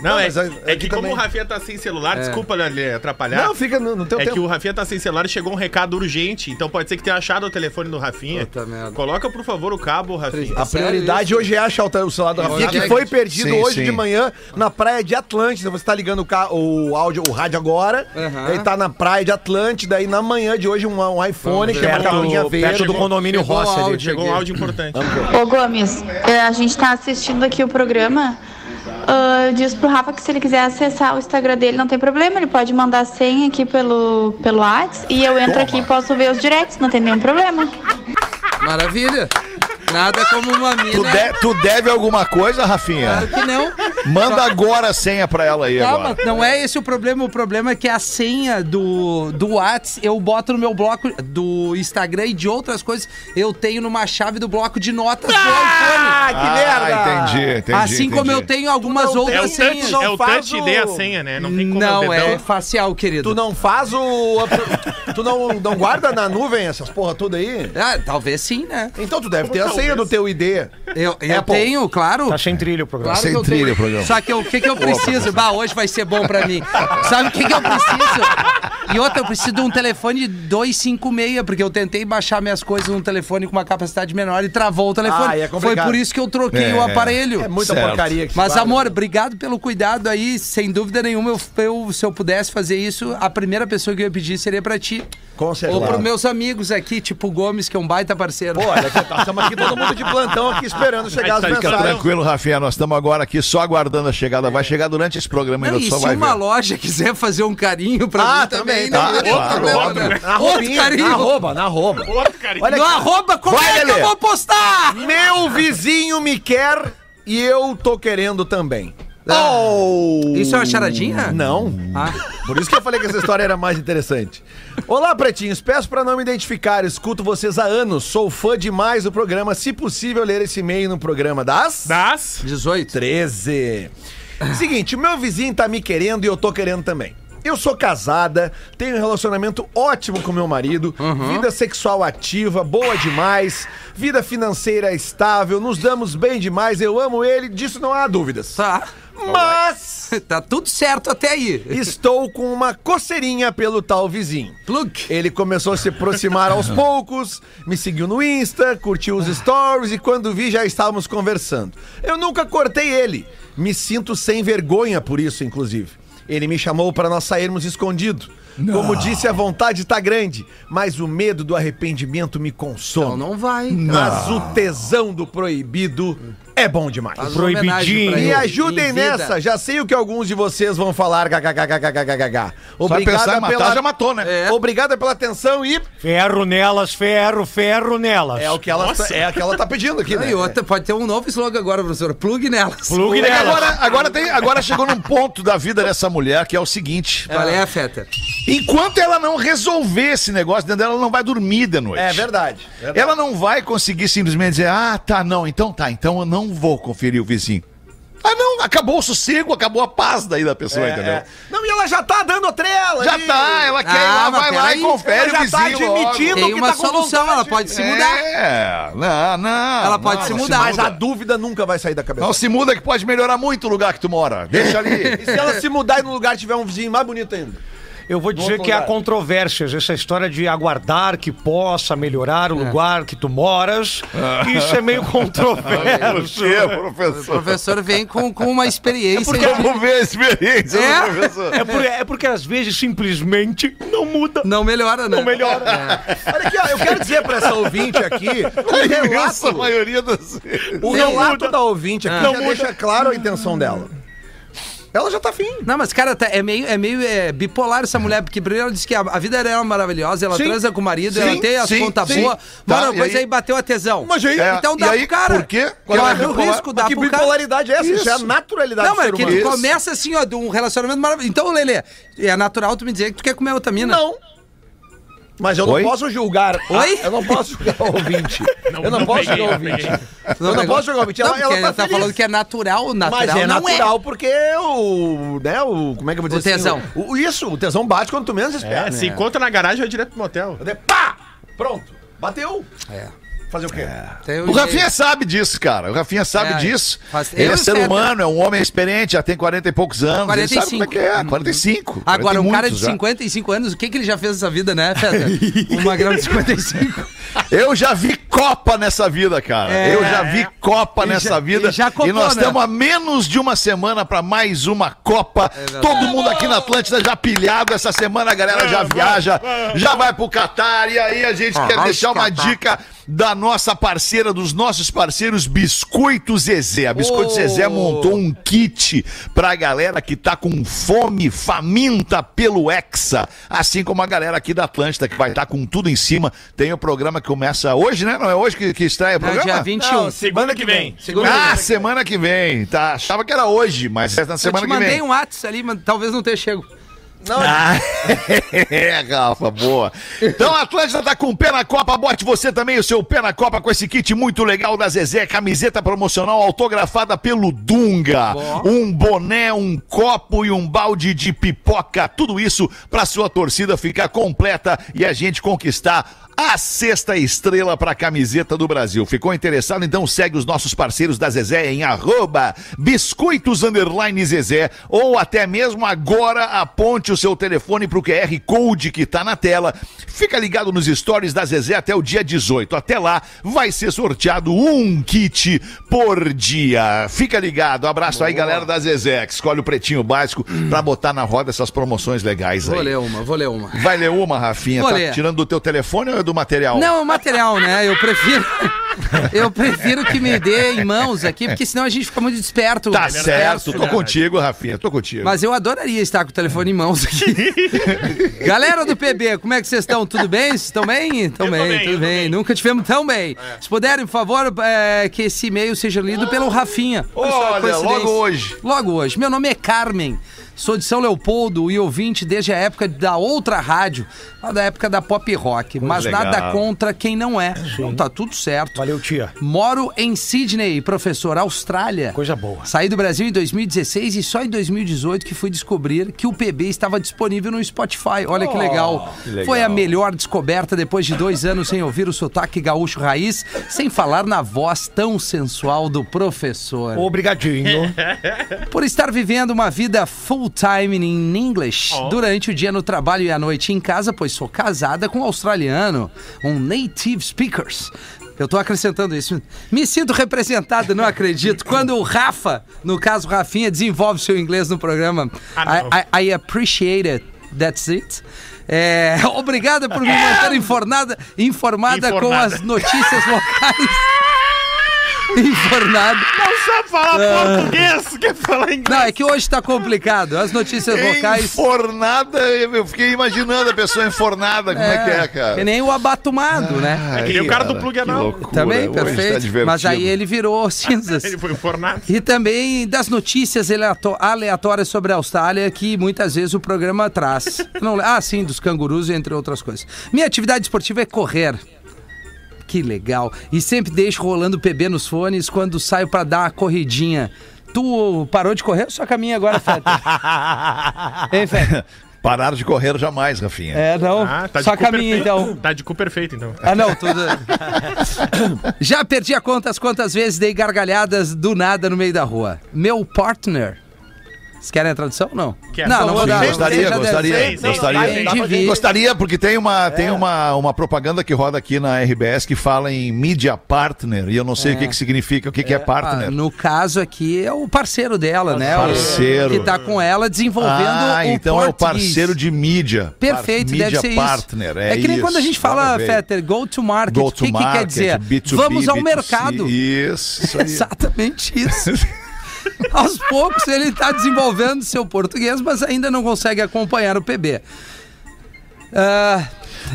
Não, é,
mas aqui
é que como
também.
o Rafinha tá sem celular, desculpa Lelê, atrapalhar.
Não, fica no, no teu
é
tempo.
que o Rafinha tá sem celular e chegou um recado urgente, então pode ser que tenha achado o telefone do Rafinha.
Puta merda.
Coloca, por favor, o cabo, Rafinha.
A
Sério
prioridade hoje é achar o tel- o celular do Rafinha, que
Exatamente.
foi perdido
Sim,
hoje
sim.
de manhã na praia de Atlântida. Você tá ligando o, ca- o áudio, o rádio agora,
Aham.
ele tá na praia de Atlântida e na manhã de hoje um, um iPhone, que é uma
Chegou
caminha
o-
verde. né?
chegou-
condomínio
chegou o áudio.
Chegou um áudio importante.
Ô Gomes, é, a gente tá assistindo aqui o programa. Ah, diz pro Rafa que se ele quiser acessar o Instagram dele, não tem problema, ele pode mandar a senha aqui pelo, pelo Whats e eu entro aqui e posso ver os directs, não tem nenhum problema.
Maravilha. Nada como uma
Tu,
mina.
de- tu deve alguma coisa, Rafinha?
Claro que não.
Manda agora a senha pra ela aí
Calma,
agora.
não é esse o problema. O problema é que a senha do, do Whats eu boto no meu bloco do Instagram e de outras coisas eu tenho numa chave do bloco de notas do iPhone.
Ah, entendi, entendi.
assim como eu
entendi.
tenho algumas
É
outras
o
senhas.
touch,
não
é o
faz
touch
o-
dê a senha, né? Não tem como é o
Não,
dedão.
é facial,
Tu
querido.
não faz o. tu não, não guarda na nuvem essas porra tudo aí?
Ah, talvez sim, né?
Então tu deve ter a senha do teu ID.
Eu, eu
Apple.
tenho, claro.
Tá sem trilho o programa.
Claro
Sem
que eu
trilha
tenho.
o programa.
Só que eu- o que, que eu preciso? Bah, hoje vai ser bom pra mim. Sabe o que, que eu preciso? E outra, eu preciso de um telefone 256, porque eu tentei baixar minhas coisas num telefone com uma capacidade menor e travou o telefone.
Ah, e é
Foi
complicado.
por isso que eu troquei
É.
o aparelho.
É né? muita
Certo.
porcaria que se
Mas,
guarda.
amor, obrigado pelo cuidado aí. Sem dúvida nenhuma, eu, eu- se eu pudesse fazer isso, a primeira pessoa que eu ia pedir seria pra ti.
Com certeza.
Ou pros meus amigos aqui, tipo o Gomes, que é um baita parceiro.
Pô, olha, nós estamos aqui todo mundo de plantão aqui esperando chegar as
Tá, tá, tá,
Fica
mensagens.
tranquilo, Rafinha. Nós estamos agora aqui só aguardando a chegada. Vai chegar durante esse programa
Não,
ainda,
e
tu
se
só vai
uma
ver.
loja quiser fazer um carinho pra
Ah,
mim
também,
também, não
tá,
tem
claro,
problema,
outro,
né?
Na
Outro
roupinha,
carinho.
na arroba, na arroba.
Outro carinho.
Olha
No
aqui.
arroba, como
Vai,
é que
Lelê.
eu vou postar?
Meu vizinho me quer e eu tô querendo também. Ah. Oh!
Isso é uma charadinha?
Uh, Não.
Ah.
Por isso que eu falei que essa história era mais interessante. Olá, pretinhos. Peço pra não me identificar. Escuto vocês há anos. Sou fã demais do programa. Se possível, ler esse e-mail no programa das.
Das.
18.
13. Seguinte, o meu vizinho tá me querendo e eu tô querendo também. Eu sou casada, tenho um relacionamento ótimo com meu marido, vida sexual ativa, boa demais, vida financeira estável, nos damos bem demais, eu amo ele, disso não há dúvidas.
Tá.
Mas
Tá tudo certo até aí.
estou com uma coceirinha pelo tal vizinho.
Plug.
Ele começou a se aproximar aos poucos, me seguiu no Insta, curtiu os stories e quando vi já estávamos conversando. Eu nunca cortei ele. Me sinto sem vergonha por isso, inclusive. Ele me chamou para nós sairmos escondido. Como disse, a vontade tá grande, mas o medo do arrependimento me consome.
Não, não vai. então.
Mas o tesão do proibido é bom demais.
Faz uma homenagem pra
Me
ele.
ajudem
Em vida.
nessa, já sei o que alguns de vocês vão falar. kkkkkk.
Vai pensar em matar,
pela-
já matou, né?
É.
Obrigada pela atenção e
Ferro nelas, ferro, ferro nelas.
é o que ela, tá, é o que ela tá pedindo aqui, né?
E outra, pode ter um novo slogan agora, professora. Plug nelas.
Plug
É que
nelas.
Agora, agora, tem- agora chegou num ponto da vida dessa mulher que é o seguinte:
Qual é, Feta?
enquanto ela não resolver esse negócio dentro dela, ela não vai dormir de noite.
É verdade.
Ela não vai conseguir simplesmente dizer, ah, tá, não, então tá, então eu não vou conferir o vizinho. Ah, não, acabou o sossego, acabou a paz daí da pessoa,
É,
entendeu?
é. Não, e ela já tá dando trela.
Já
ali.
tá, ela quer ir
Ah,
lá,
mas
vai lá
peraí,
e confere
ela
o
já
vizinho.
tá
logo.
admitindo
Tem
que
uma
tá com
solução, ela
vontade.
pode se mudar.
É, não, não.
Ela pode
não,
se
não
mudar.
Mas a
muda.
dúvida nunca vai sair da cabeça.
Não se muda que pode melhorar muito o lugar que tu mora. Deixa ali.
E se ela se mudar e no lugar tiver um vizinho mais bonito ainda?
Eu vou dizer
Outro
que há
lugar.
controvérsias. Essa história de aguardar que possa melhorar
É.
o lugar que tu moras, isso é meio
Por
É
controverso.
quê,
O
professor?
professor vem com, com uma experiência. de-
Vamos ver a experiência
É?
do professor.
É, por- é porque às vezes simplesmente não muda.
Não melhora, né?
Não melhora.
Olha aqui, ó, eu quero dizer pra essa ouvinte aqui, o
Essa
um relato,
maioria das...
o relato da ouvinte aqui já deixa claro a intenção dela. Ela já tá afim.
Não, mas, cara, tá- é meio, é meio é, bipolar essa mulher, porque primeiro ela disse que a, a vida dela é maravilhosa, ela
Sim.
transa com o marido,
Sim,
ela tem as
sim,
contas
sim.
boas.
Tá,
Mano,
e
depois
aí?
aí bateu a tesão.
Mas aí-
É,
então
e
dá
aí,
pro cara.
por quê? Qual
Corre o
é a
risco, dá
que
pro cara.
bipolaridade é essa? Isso. é a naturalidade
Não,
do
mas
ser
que
humano.
tu começa assim, ó, de um relacionamento maravilhoso. Então, Lelê, é natural tu me dizer que tu quer comer outra mina.
Não. Mas eu não
Oi?
posso julgar.
Ah,
Oi?
Eu não posso julgar o ouvinte. eu não, posso
peguei,
julgar o
não
ouvinte.
peguei.
Eu não posso jogar o vídeo, ela-
é porque
ela tá feliz.
falando que é natural, natural
Mas é
não
natural porque o. Né, o. Como é que eu vou dizer
O tesão.
assim? O, o- isso, o tesão bate quando tu menos espera.
É, se encontra na garagem, vai direto pro motel.
De- Pá! Pronto. Bateu.
É.
Fazer o quê?
Tem
O
jeito.
Rafinha é assim. sabe disso, cara. O Rafinha sabe
É,
disso.
faz-
Ele
Eu
é
e
ser
Feta.
humano, é um homem experiente, já tem 40 e poucos anos. Ele sabe como é que é,
45.
45.
Agora,
40 e
um cara de
muitos já.
55 anos, o que, que ele já fez nessa vida, né, Feta? um magrão de 55.
Eu já vi Copa nessa vida, cara.
É.
Eu já vi Copa
Ele
nessa
já-
vida.
ele já copou,
e nós
né?
estamos a menos de uma semana para mais uma Copa.
É
Todo mundo aqui na Atlântida já pilhado. Essa
É, Ah,
semana a galera já viaja, já vai pro Catar. E aí a gente quer deixar uma dica da nossa parceira, dos nossos parceiros, Biscoito Zezé. A Biscoito
Oh.
Zezé montou um kit pra galera que tá com fome, faminta pelo Hexa. Assim como a galera aqui da Atlântida, que vai estar com tudo em cima. Tem o programa que começa hoje, né? Não é hoje que, que estreia o
Não,
programa?
dia 21.
Segunda que vem.
Segunda
ah,
vez.
semana que vem, tá? Achava que era hoje, mas é na
Eu te
semana que
mandei
vem.
um WhatsApp ali, mas talvez não tenha chego.
Ah, é, Rafa, boa. Então a Atlântida tá com o pé na Copa, bote você também o seu pé na Copa com esse kit muito legal da Zezé, camiseta promocional autografada pelo Dunga, um boné, um copo e um balde de pipoca, tudo isso pra sua torcida ficar completa e a gente conquistar a sexta estrela para a camiseta do Brasil. Ficou interessado? Então segue os nossos parceiros da Zezé em arroba biscoitos underline Zezé ou até mesmo agora aponte o seu telefone para o QR Code que está na tela. Fica ligado nos stories da Zezé até o dia 18. Até lá vai ser sorteado um kit por dia. Fica ligado. Abraço aí, galera da Zezé, que escolhe o pretinho básico para botar na roda essas promoções legais
Vou
aí.
ler uma, vou ler uma.
Vai ler uma, Rafinha?
Vou
Tá
ler.
tirando do teu telefone ou é do material?
Não, o material, né? Eu prefiro. Eu prefiro que me dê em mãos aqui, porque senão a gente fica muito desperto.
Tá
Desperto,
certo, tô
né?
contigo, Rafinha, tô contigo.
Mas eu adoraria estar com o telefone em mãos aqui. Galera do PB, como é que vocês estão? Tudo bem? Vocês estão bem? Estão
Eu tô
bem,
bem,
tudo
eu tô
bem.
bem.
Nunca tivemos tão bem. Se puderem, por favor, é, que esse e-mail seja lido pelo Rafinha. Olha só a
Olha,
coincidência.
logo hoje.
Logo hoje. Meu nome é Carmen. Sou de São Leopoldo e ouvinte desde a época da outra rádio, lá da época da pop rock. Mas
legal.
nada contra quem não é. Então tá tudo certo.
Valeu, tia.
Moro em Sydney, professor, Austrália.
Coisa boa.
Saí do Brasil em 2016 e só em 2018 que fui descobrir que o PB estava disponível no Spotify. Olha que, legal. Foi a melhor descoberta depois de dois anos sem ouvir o sotaque gaúcho raiz, sem falar na voz tão sensual do professor.
Obrigadinho.
Por estar vivendo uma vida full-time in English, durante o dia no trabalho e à noite em casa, pois sou casada com um australiano, um native speakers. Eu tô acrescentando isso. Me sinto representado, não acredito. Quando o Rafa, no caso Rafinha, desenvolve seu inglês no programa.
Ah, não.
I, I, I appreciate it. That's it. É, obrigado por me manter informada, informada com
Informada.
as notícias locais. informada.
Não sabe falar português, quer falar
Não,
inglês.
é que hoje tá complicado. As notícias locais.
Enfornada, eu fiquei imaginando a pessoa enfornada, como é, que é,
Que
cara?
nem o abatumado, né?
É que nem o cara do plug
que
anal.
loucura,
Também,
hoje tá
perfeito.
divertido.
Mas aí ele virou cinzas.
Ele foi informado.
E também das notícias aleató- aleatórias sobre a Austrália que muitas vezes o programa traz. Eu não le- ah, sim, dos cangurus, entre outras coisas. Minha atividade esportiva é correr. Que legal. E sempre deixo rolando PB nos fones quando saio pra dar uma corridinha. Tu parou de correr ou só caminha agora, Feta? Hein, Feta?
Pararam de correr jamais, Rafinha.
É, não.
Ah, tá de
só
cu
caminha,
perfeito.
então.
Tá de cu perfeito, então.
Ah, não, tudo. Já perdi a conta as quantas vezes dei gargalhadas do nada no meio da rua. Meu partner. Vocês querem a tradução ou não?
Quer.
Não, não vou
Sim,
dar.
Gostaria,
Já deu.
gostaria,
sei, sei,
gostaria.
sei,
sei.
Gostaria, porque tem,
É.
uma, tem uma, uma propaganda que roda aqui na RBS que fala em mídia partner, e eu não sei o que, que significa, o que, que é
Ah,
partner.
no caso aqui é o parceiro dela, né? O-
Parceiro.
que tá com ela desenvolvendo
Ah,
o
então é o
português.
parceiro de mídia.
Perfeito,
mídia
deve ser isso.
partner,
é que nem
isso,
quando a gente
nada a
fala,
ver.
Fetter, go to market, o
Go to
que, que quer
market,
dizer?
B2B,
Vamos ao
B2C,
mercado.
Isso, isso aí.
É Exatamente isso. Aos poucos ele está desenvolvendo seu português, mas ainda não consegue acompanhar o PB. Ah,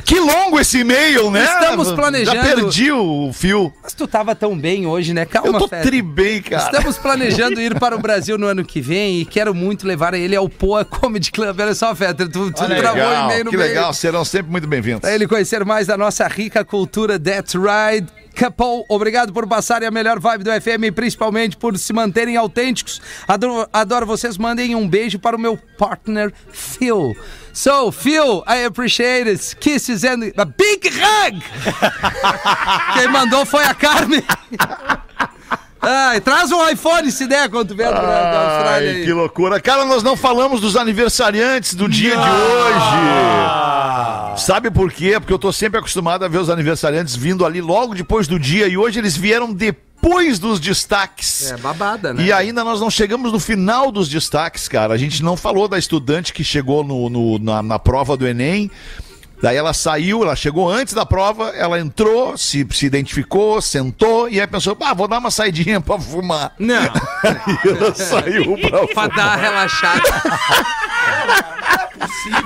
Que longo esse e-mail, né?
Estamos
Já
planejando-
perdi o fio.
mas tu tava tão bem hoje, né? Calma,
Eu tô
Fede.
tribei, cara.
Estamos planejando ir para o Brasil no ano que vem e quero muito levar ele ao Poa Comedy Club. Olha só, Fetter, tu, tu travou o
legal,
e-mail no
que
meio.
legal, serão sempre muito bem-vindos.
Para ele conhecer mais da nossa rica cultura That's Right. Capol, obrigado por passarem a melhor vibe do FM e principalmente por se manterem autênticos. Adoro, adoro vocês. Mandem um beijo para o meu partner Phil. So, Phil, I appreciate it. Kisses and a big hug! Quem mandou foi a Carmen. Ai, traz um iPhone se der quando vier do- da Austrália.
Ai,
aí.
que loucura. Cara, nós não falamos dos aniversariantes do dia de hoje.
Ah!
Sabe por quê? Porque eu tô sempre acostumado a ver os aniversariantes vindo ali logo depois do dia e hoje eles vieram depois dos destaques.
É babada, né?
E ainda nós não chegamos no final dos destaques, cara. A gente não falou da estudante que chegou no, no- na, na prova do Enem. Daí ela saiu, ela chegou antes da prova, ela entrou, se, se identificou, sentou e aí pensou: ah, vou dar uma saidinha pra fumar.
Não,
E ela saiu pra
pra dar uma relaxada.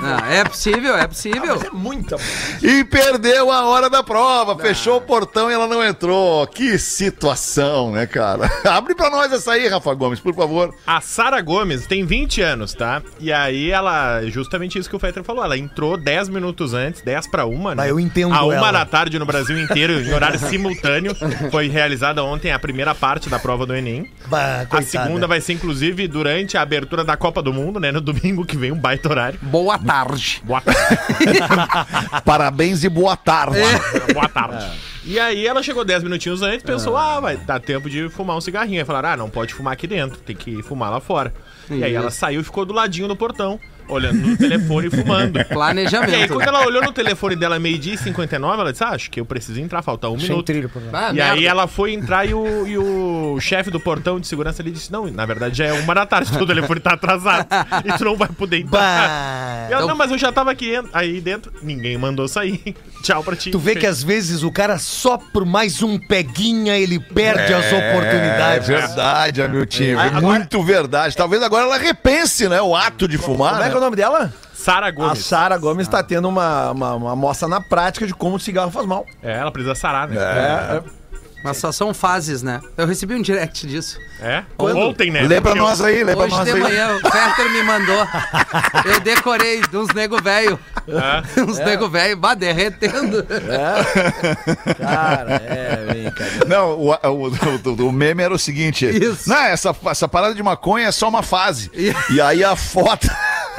Não, é possível, é
Ah,
possível.
Muita.
E perdeu a hora da prova, fechou o portão e ela não entrou. Que situação, né, cara? Abre pra nós essa aí, Rafa Gomes, por favor.
A Sara Gomes tem 20 anos, tá? E aí ela, justamente isso que o Fetter falou, ela entrou 10 minutos antes, 10 pra 1, né?
Ah, eu entendo
A 1
ela.
da tarde no Brasil inteiro, em horário simultâneo. Foi realizada ontem a primeira parte da prova do Enem. A segunda vai ser, inclusive, durante a abertura da Copa do Mundo, né? No domingo que vem, um baita horário.
Boa tarde.
Boa tarde.
Parabéns e boa tarde.
Boa tarde. É. E aí ela chegou 10 minutinhos antes pensou, ah, vai dar tempo de fumar um cigarrinho. Aí falaram, ah, não pode fumar aqui dentro, tem que fumar lá fora. E aí ela saiu e ficou do ladinho do portão, olhando no telefone e fumando. E aí
Planejamento. né?
quando ela olhou no telefone dela meio-dia e 59, ela disse, ah, acho que eu preciso entrar, falta
é
um minuto.
Ah,
E aí
merda.
ela foi entrar e o, e o chefe do portão de segurança ele disse, não, na verdade já é uma da tarde, teu telefone tá atrasado e tu não vai poder entrar.
Bah.
E ela, não, mas eu já tava aqui en- aí dentro, ninguém mandou sair. Tchau pra ti.
Tu vê que às vezes o cara só por mais um peguinha ele perde as oportunidades.
verdade, Hamilton. Muito verdade. Talvez agora ela repense, né? O ato de fumar.
Como é que é o
né?
nome dela?
Sara
A
Gomes.
Sara
Ah.
Gomes tá tendo uma, uma, uma amostra na prática de como o cigarro faz mal.
É, ela precisa sarar, né?
É.
Mas só são fases, né? Eu recebi um direct disso.
É? Ontem, né?
Lê pra
Porque eu-
nós aí, lê É pra
Hoje
nós
de
aí.
manhã, o Fetter me mandou. Eu decorei de uns nego velho.
É.
É.
uns nego velho, bah, derretendo.
Cara, é, brincadeira.
Não, o, o- o- o meme era o seguinte.
Isso.
Não, essa, essa parada de maconha é só uma fase. E aí a foto...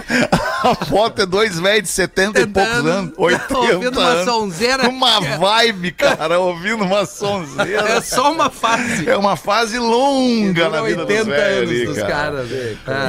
A foto é dois velhos de 70 e poucos
Tentando,
anos, 80
ouvindo uma
anos.
sonzeira.
Uma vibe, cara, ouvindo uma sonzeira.
É só uma fase.
É uma fase longa na
Dura
vida
80
dos velhos,
anos
ali,
dos
cara.
caras.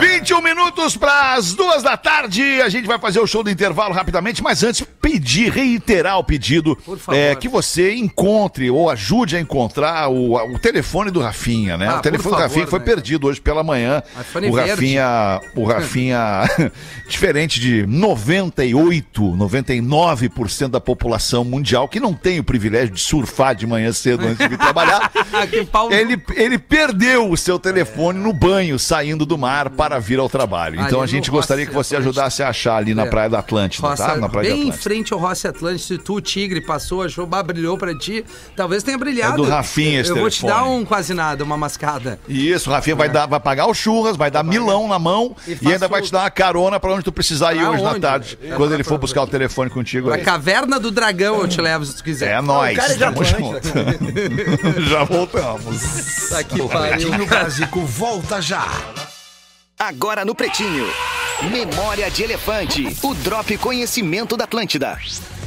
É.
21 minutos para as duas da tarde. A gente vai fazer o show do intervalo rapidamente, mas antes pedir, reiterar o pedido
Por favor.
é, que você encontre ou ajude a encontrar o, o telefone do Rafinha, né?
Ah,
o telefone
por
do
favor,
Rafinha que foi
né,
perdido hoje pela manhã.
iPhone
o
verde.
Rafinha, o Rafinha diferente de 98, 99% da população mundial que não tem o privilégio de surfar de manhã cedo antes de vir trabalhar.
Ah, que pau.
Ele, ele perdeu o seu telefone no banho, saindo do mar para vir ao trabalho.
Ali
Então a
no
gente gostaria
Roça
que você
Atlântico.
ajudasse a achar ali na
É.
Praia da Atlântida,
Roça,
tá? Na Praia da
bem em
Atlântida.
frente ao Rossi Atlântico, se tu, Tigre, passou, achou, bah, brilhou pra ti, talvez tenha brilhado.
É do Rafinha esse
Eu vou te
telefone.
dar um quase nada, uma mascada.
Isso, o Rafinha vai, dar, vai pagar o churras, vai dar milão na mão
né? E
e,
faço-
ainda vai te dar uma carona pra onde tu precisar ir
Pra
hoje na
onde?
tarde,
É,
quando
pra-
ele for
pra-
buscar o telefone contigo.
Pra
aí.
Caverna do Dragão eu te levo se tu quiser.
É nóis.
cara é de
Tamo junto.
Atlântida.
Já voltamos.
Tá que pariu.
Pretinho Básico volta já.
Agora no Pretinho. Memória de Elefante. O Drop Conhecimento da Atlântida.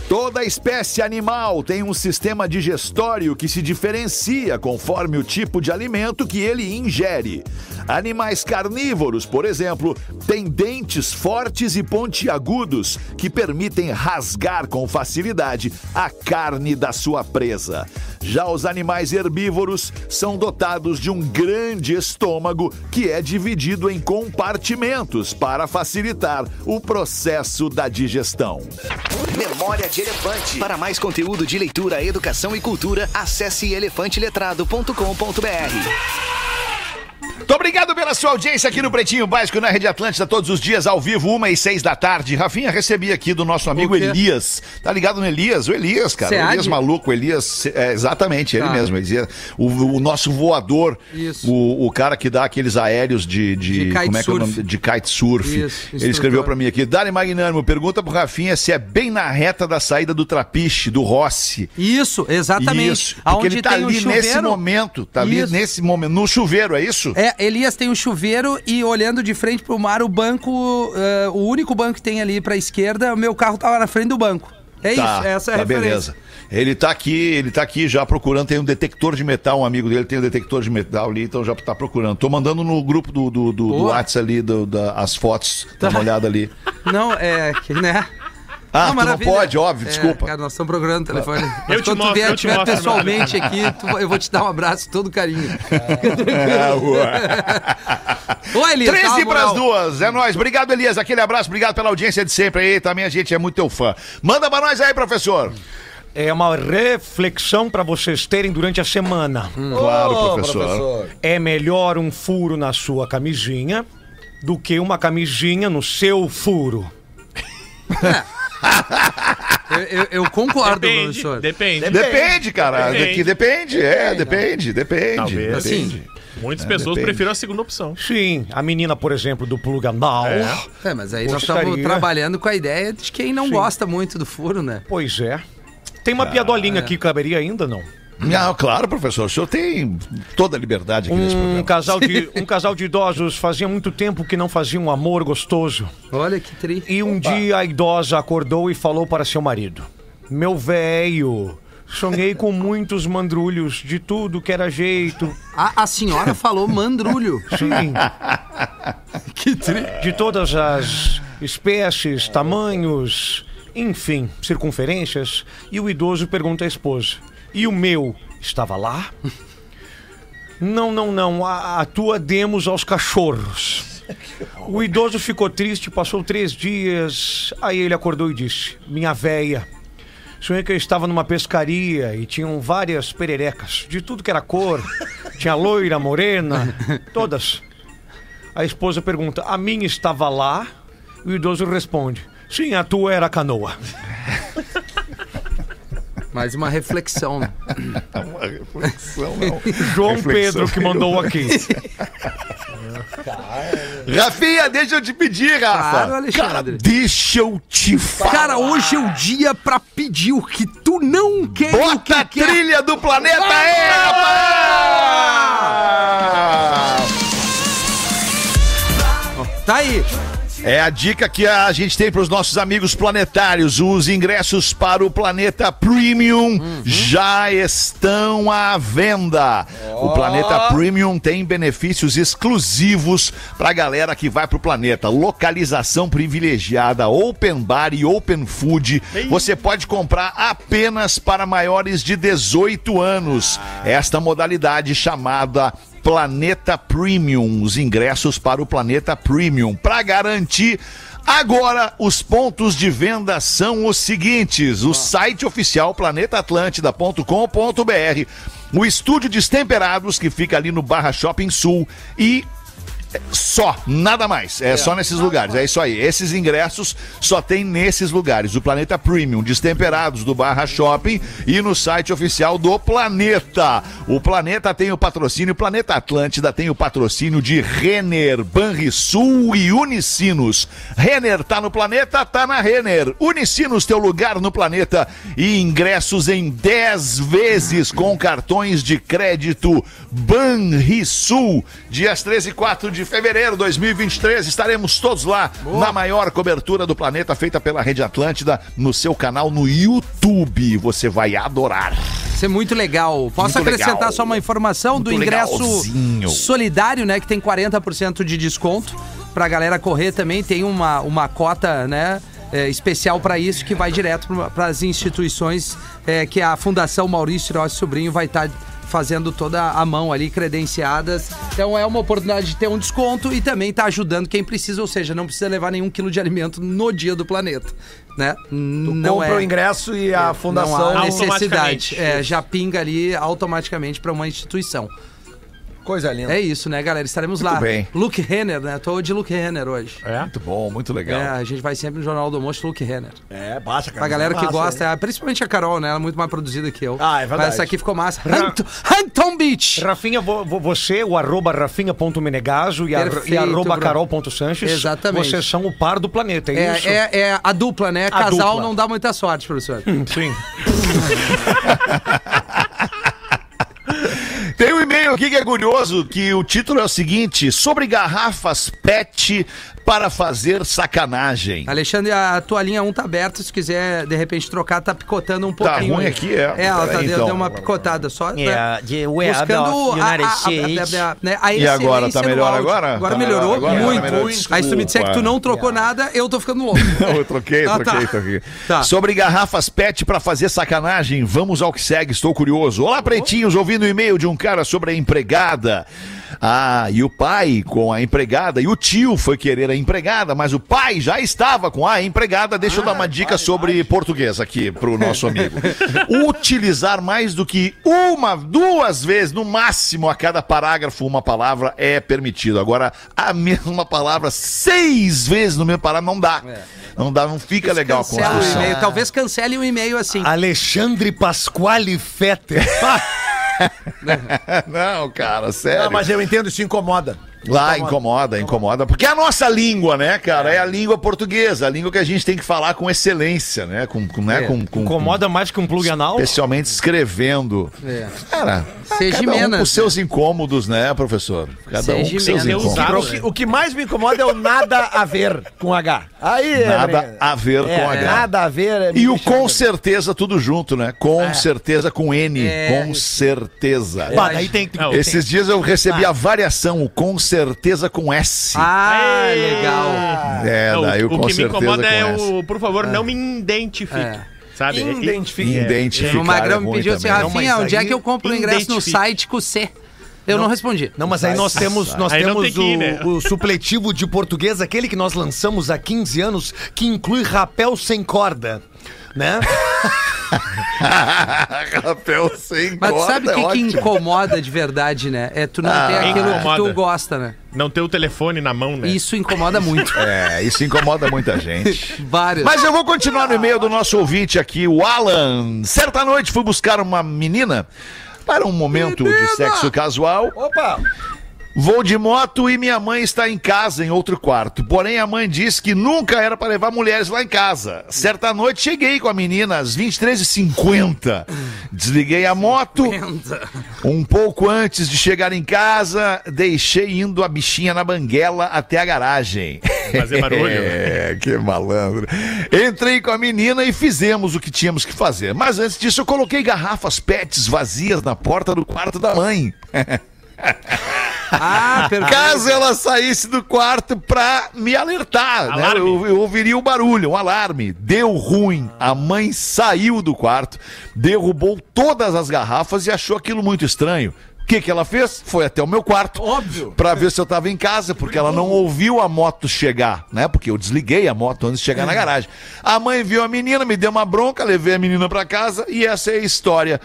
Toda espécie animal tem um sistema digestório que se diferencia conforme o tipo de alimento que ele ingere. Animais carnívoros, por exemplo, têm dentes fortes e pontiagudos que permitem rasgar com facilidade a carne da sua presa. Já os animais herbívoros são dotados de um grande estômago que é dividido em compartimentos para facilitar o processo da digestão.
Memória de Elefante. Para mais conteúdo de leitura, educação e cultura, acesse elefanteletrado.com.br.
Muito obrigado pela sua audiência aqui no Pretinho Básico na Rede Atlântida, todos os dias ao vivo, uma e seis da tarde. Rafinha, recebi aqui do nosso amigo
O quê?
Elias. Tá ligado no Elias? O Elias, cara. O
Sead?
Elias maluco, o Elias. é, exatamente, ele
Tá.
mesmo. Elias, o, o nosso voador.
Isso.
O, o cara que dá aqueles aéreos de. de,
De
como é que é o nome?
kitesurf.
De kitesurf.
Isso,
ele
instrutor.
escreveu pra mim aqui. Dali Magnânimo, pergunta pro Rafinha se é bem na reta da saída do Trapiche, do Rossi.
Isso, exatamente. um
Isso, porque ele tá
o
ali nesse momento, tá ali
Isso.
nesse momento, no chuveiro, é isso?
É, Elias tem o chuveiro e olhando de frente pro mar, o banco, eh, o único banco que tem ali pra esquerda, o meu carro tava na frente do banco. É isso, essa é a
tá,
referência.
beleza. Ele tá aqui, ele tá aqui já procurando, tem um detector de metal, um amigo dele tem um detector de metal ali, então já tá procurando. Tô mandando no grupo do, do, do, do
Boa.
Whats ali, do- da- as fotos, dá uma olhada ali.
Não, é que, né?
Ah, tu não
maravilha.
pode, óbvio,
É,
desculpa.
Cara, nós estamos programando o telefone. Mas
te
quando tu
mostro,
vier,
eu te
tiver
mostro,
pessoalmente aqui, tu- eu vou te dar um abraço todo carinho.
É, ué.
Ô, Elias, dá
13
uma
para as
moral.
duas, é nóis. Obrigado, Elias. Aquele abraço, obrigado pela audiência de sempre aí. Também a gente é muito teu fã. Manda pra nós aí, professor.
É uma reflexão pra vocês terem durante a semana.
Claro, professor.
É melhor um furo na sua camisinha do que uma camisinha no seu furo.
Eu, eu- eu concordo,
Depende,
professor.
depende.
Depende, cara. Depende.
Depende.
depende,
né?
é, depende, depende.
Talvez.
depende.
Assim,
Muitas pessoas
né, depende.
preferem a segunda opção.
Sim, a menina, por exemplo, do plug anal.
É, mas aí nós
Gostaria.
estamos trabalhando com a ideia de quem não gosta muito do furo, né?
Pois é. Tem uma piadolinha aqui, caberia ainda não?
Não, claro, professor. O senhor tem toda a liberdade aqui nesse
Um
Hum.
programa.
casal, de, um casal de idosos fazia muito tempo que não fazia um amor gostoso.
Olha que tri.
E um dia a idosa acordou e falou para seu marido: Meu véio, sonhei com muitos mandrulhos de tudo que era jeito.
A, a senhora falou mandrulho.
Sim,
Que tri.
de todas as espécies, tamanhos, enfim, circunferências. E o idoso pergunta à esposa: E o meu estava lá? Não, não, não. A, a tua demos aos cachorros. O idoso ficou triste, passou três dias. Aí ele acordou e disse: Minha véia. Sonhei que eu estava numa pescaria e tinham várias pererecas, de tudo que era cor. Tinha loira, morena, todas. A esposa pergunta: A minha estava lá? E o idoso responde: Sim, a tua era a canoa.
Mais uma reflexão, né?
Uma reflexão, não.
João
Reflexão.
Pedro que mandou aqui.
Rafinha, deixa eu te pedir, Rafa.
Claro, Alexandre.
Cara, deixa eu te falar.
Cara, hoje é o dia pra pedir o que tu não quer. e o que
Bota a
quer.
trilha do planeta aí, rapaz!
Tá aí.
É a dica que a gente tem para os nossos amigos planetários. Os ingressos para o Planeta Premium já estão à venda. O Planeta Premium tem benefícios exclusivos para a galera que vai para o planeta. Localização privilegiada, open bar e open food. Você pode comprar apenas para maiores de 18 anos. Esta modalidade chamada Planeta Premium, os ingressos para o Planeta Premium. Para garantir, agora os pontos de venda são os seguintes: o site oficial planetaatlântida.com.br, o estúdio Destemperados, que fica ali no Barra Shopping Sul, e só, nada mais. É, só nesses lugares. É isso aí. Esses ingressos só tem nesses lugares. O Planeta Premium, destemperados do Barra Shopping e no site oficial do Planeta. O Planeta tem o patrocínio, Planeta Atlântida tem o patrocínio de Renner, Banrisul e Unicinos. Renner tá no planeta, tá na Renner. Unicinos, teu lugar no planeta e ingressos em 10 vezes com cartões de crédito Banrisul. Dias 13 e 4 de fevereiro de 2023 estaremos todos lá na maior cobertura do planeta feita pela Rede Atlântida no seu canal no YouTube. Você vai adorar.
Isso é muito legal. Posso
Muito
acrescentar
legal.
só uma informação do
Muito
ingresso
legalzinho.
solidário, né? Que tem 40% de desconto. Pra galera correr também, tem uma, uma cota, né? é, especial pra isso, que vai direto para as instituições é, que a Fundação Maurício Tirossi Sobrinho vai estar fazendo toda a mão ali, credenciadas. Então é uma oportunidade de ter um desconto e também tá ajudando quem precisa, ou seja, não precisa levar nenhum quilo de alimento no dia do planeta, né? não
Compra o ingresso e a fundação.
não há necessidade.
Automaticamente.
É, já pinga ali automaticamente para uma instituição.
Coisa linda.
É isso, né, galera? Estaremos lá.
Muito bem.
Luke Renner, né? Tô de Luke Renner hoje.
Muito bom, muito
É, a gente vai sempre no Jornal do Almoço, Luke Renner.
É, baixa, cara.
Pra galera que
Massa,
gosta,
hein?
é, principalmente a Carol, né? Ela é muito mais produzida que eu.
Ah, é verdade.
Mas essa aqui ficou massa. Hunt- Hunton Beach!
Rafinha, vo- vo- você, o arroba rafinha.menegaso e, arro- e
Perfeito,
arroba
Bruno.
carol.sanches.
Exatamente.
Vocês são o par do planeta, é,
É,
isso?
é, é a dupla, né? Casal
dupla.
não dá muita sorte, professor.
Sim.
Tem um e-mail aqui que é curioso, que o título é o seguinte: sobre garrafas PET para fazer sacanagem.
Alexandre, a tua linha 1 tá aberta. Se quiser, de repente, trocar, tá picotando um
Tá
pouquinho.
ruim
aí.
aqui, é.
É, ela tá
Peraí,
deu,
então.
deu uma picotada só.
Yeah,
né?
the web of
a, a,
United States.
a, a, a, né, a
E agora, tá
excelência no
melhor
áudio.
agora?
Agora
Tá
melhorou
melhor agora?
muito.
Tá melhor, É.
Aí se tu me disser que tu não trocou nada, eu tô ficando louco.
Eu troquei,
Ah,
troquei,
tá.
troquei.
Tá.
Sobre garrafas PET para fazer sacanagem, vamos ao que segue, estou curioso. Olá, pretinhos, ouvindo o e-mail de um cara sobre a empregada. Ah, e o pai com a empregada, e o tio foi querer a empregada, mas o pai já estava com a empregada. Deixa eu dar uma dica sobre português aqui pro nosso amigo. Utilizar mais do que uma, duas vezes, no máximo, a cada parágrafo, uma palavra é permitido. Agora, a mesma palavra seis vezes no mesmo parágrafo não dá. Não dá, não fica legal a
Cancela o
construção.
e-mail. tá- Talvez cancele o e-mail assim.
Ah, Alexandre Pasquale Fetter.
É, não, cara, sério.
Ah, mas eu entendo, isso incomoda.
Lá incomoda, incomoda. Porque é a nossa língua, né, cara? É. a língua portuguesa, a língua que a gente tem que falar com excelência, né? Com, com, né? com, com-
Incomoda mais que um plug anal?
Especialmente escrevendo. Cara,
Seja
cada um
menos,
com seus incômodos, né, professor? Cada um
Seja
com seus
menos.
incômodos.
Usado,
O que, o que mais me incomoda é o nada a ver com H. Aí é-
Nada a ver
é,
com H.
Nada a ver. é-
E o com certeza tudo junto, né? Com certeza, com N.
É.
Com certeza.
Bah, Ah, daí tem que.
Não,
Esses dias eu recebi a variação, o com certeza com S.
Ah,
Ei.
legal.
é,
Não,
daí o,
o,
com
que me
certeza
incomoda
com
é
S.
o, por favor, não me identifique.
É.
Sabe?
Identifique.
É,
Identificar.
O Magrão
é
me
ruim
pediu assim,
também.
Rafinha,
mas
onde é
aí
que eu compro o ingresso no
identifica.
site com C? Eu não, respondi.
Não, mas aí nós temos, nós
Aí não tem
temos
que ir,
o,
né?
o supletivo de português, aquele que nós lançamos há 15 anos, que inclui rapel sem corda. Né?
Rapel sem
Mas tu
corda
sabe o
é
que, que
ótimo. Ah,
incomoda de verdade, né? É tu não ter aquilo que
incomoda.
tu gosta, né?
Não ter o telefone na
É.
mão, né?
Isso incomoda muito.
É, isso incomoda muita gente.
Vários.
Mas eu vou continuar no e-mail do nosso ouvinte aqui, o Alan. Certa noite fui buscar uma menina para um momento de sexo casual.
Opa!
Vou de moto e minha mãe está em casa, em outro quarto. Porém, a mãe disse que nunca era para levar mulheres lá em casa. Certa noite, cheguei com a menina às 23h50. Desliguei a moto. Um pouco antes de chegar em casa, deixei indo a bichinha na banguela até a garagem.
Fazer barulho.
É, que malandro. Entrei com a menina e fizemos o que tínhamos que fazer. Mas antes disso, eu coloquei garrafas pets vazias na porta do quarto da mãe.
Ah, perfeito.
Caso ela saísse do quarto pra me alertar, né?
Alarme.
Eu, eu ouviria o barulho, um alarme. Deu ruim. A mãe saiu do quarto, derrubou todas as garrafas e achou aquilo muito estranho. O que, que ela fez? Foi até o meu quarto.
Óbvio.
Pra ver se eu tava em casa, porque ela não ouviu a moto chegar, né? Porque eu desliguei a moto antes de chegar na garagem. A mãe viu a menina, me deu uma bronca, levei a menina pra casa e essa é a história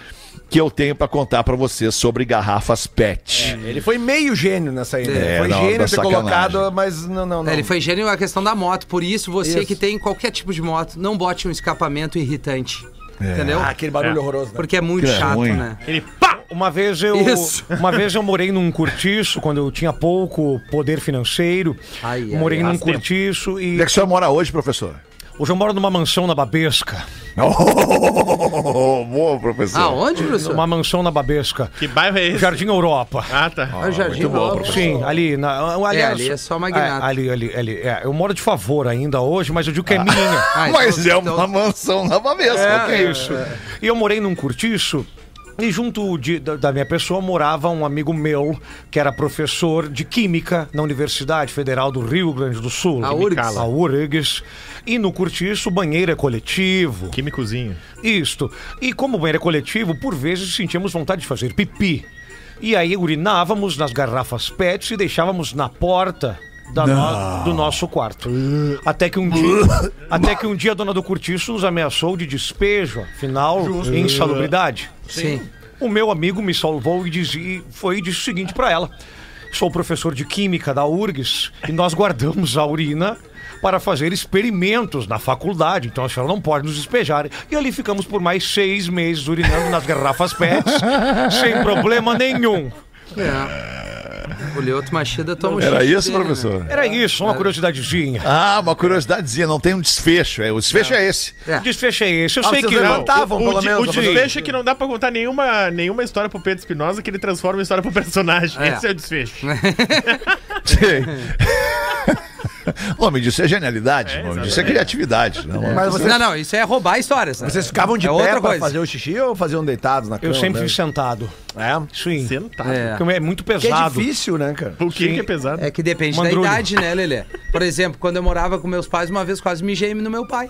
que eu tenho pra contar pra vocês sobre garrafas PET.
Ele foi meio gênio nessa aí. né?
É,
foi
não, da
gênio ter
sacanagem.
colocado, mas não, não, não.
Ele foi gênio a questão da moto. Por isso, você
Isso.
que tem qualquer tipo de moto, não bote um escapamento irritante. Entendeu?
Ah, aquele barulho
É.
horroroso. né?
Porque é muito
É,
chato,
ruim.
né?
Ele pá!
Uma vez eu.
Isso.
Uma vez eu morei num cortiço, quando eu tinha pouco poder financeiro.
Ai, ai,
morei num
faz tempo.
cortiço
Onde
e.
é que o senhor mora hoje, professor?
Hoje eu moro numa mansão na Babesca.
Oh, boa, professor.
Aonde, professor?
Uma mansão na Babesca.
Que bairro é esse?
Jardim Europa.
Ah, tá.
Ah, o Jardim
muito bom,
Novo.
professor.
Sim, ali, na, ali,
ali é só magnata.
ali, ali, ali, é. Eu moro de favor ainda hoje, mas eu digo que é minha.
Ah, então-
Mas é
então-
uma mansão na Bavesca,
É,
ok?
isso. E eu morei num cortiço. E junto de- da, da minha pessoa morava um amigo meu que era professor de Química na Universidade Federal do Rio Grande do Sul.
A URGS.
A URGS. E no cortiço, banheiro é coletivo.
Químicozinho.
Isto. E como o banheiro é coletivo, por vezes sentíamos vontade de fazer pipi. E aí urinávamos nas garrafas PET e deixávamos na porta da no- do nosso quarto. Até que um dia, até que um dia a dona do cortiço nos ameaçou de despejo, afinal, insalubridade.
Sim.
O meu amigo me salvou e, diz, e foi e disse o seguinte pra ela: Sou professor de química da URGS e nós guardamos a urina para fazer experimentos na faculdade, então a senhora não pode nos despejar. E ali ficamos por mais seis meses urinando nas garrafas PETs, sem problema nenhum.
É. O Lioto Machida toma o
Era
xixi
isso,
dele, né?
professor?
Era isso, uma curiosidadezinha.
Ah, uma curiosidadezinha, não tem um desfecho. É, o desfecho é, esse.
É.
O desfecho é esse. Eu
Ah,
sei
vocês
que não.
levantavam,
o,
pelo
de-
menos.
O desfecho é que não dá pra contar nenhuma, nenhuma história pro Pedro Espinosa que ele transforma a é história pro personagem.
É.
Esse é o desfecho.
Sim. O nome disso é genialidade, o nome disso é criatividade. Não,
Mas vocês,
Não, não, isso é roubar histórias. né?
vocês ficavam de
é
pé
outra
pra
coisa.
fazer o xixi ou faziam deitados na cama?
Eu sempre
né?
fiz sentado.
É.
Sim.
Sentado.
É.
Porque é muito
Que é
pesado.
difícil, né, cara?
Por que, que é pesado?
É que depende
Mandrulho.
da idade, né, Lelê? Por exemplo, quando eu morava com meus pais, uma vez quase me geme no meu pai.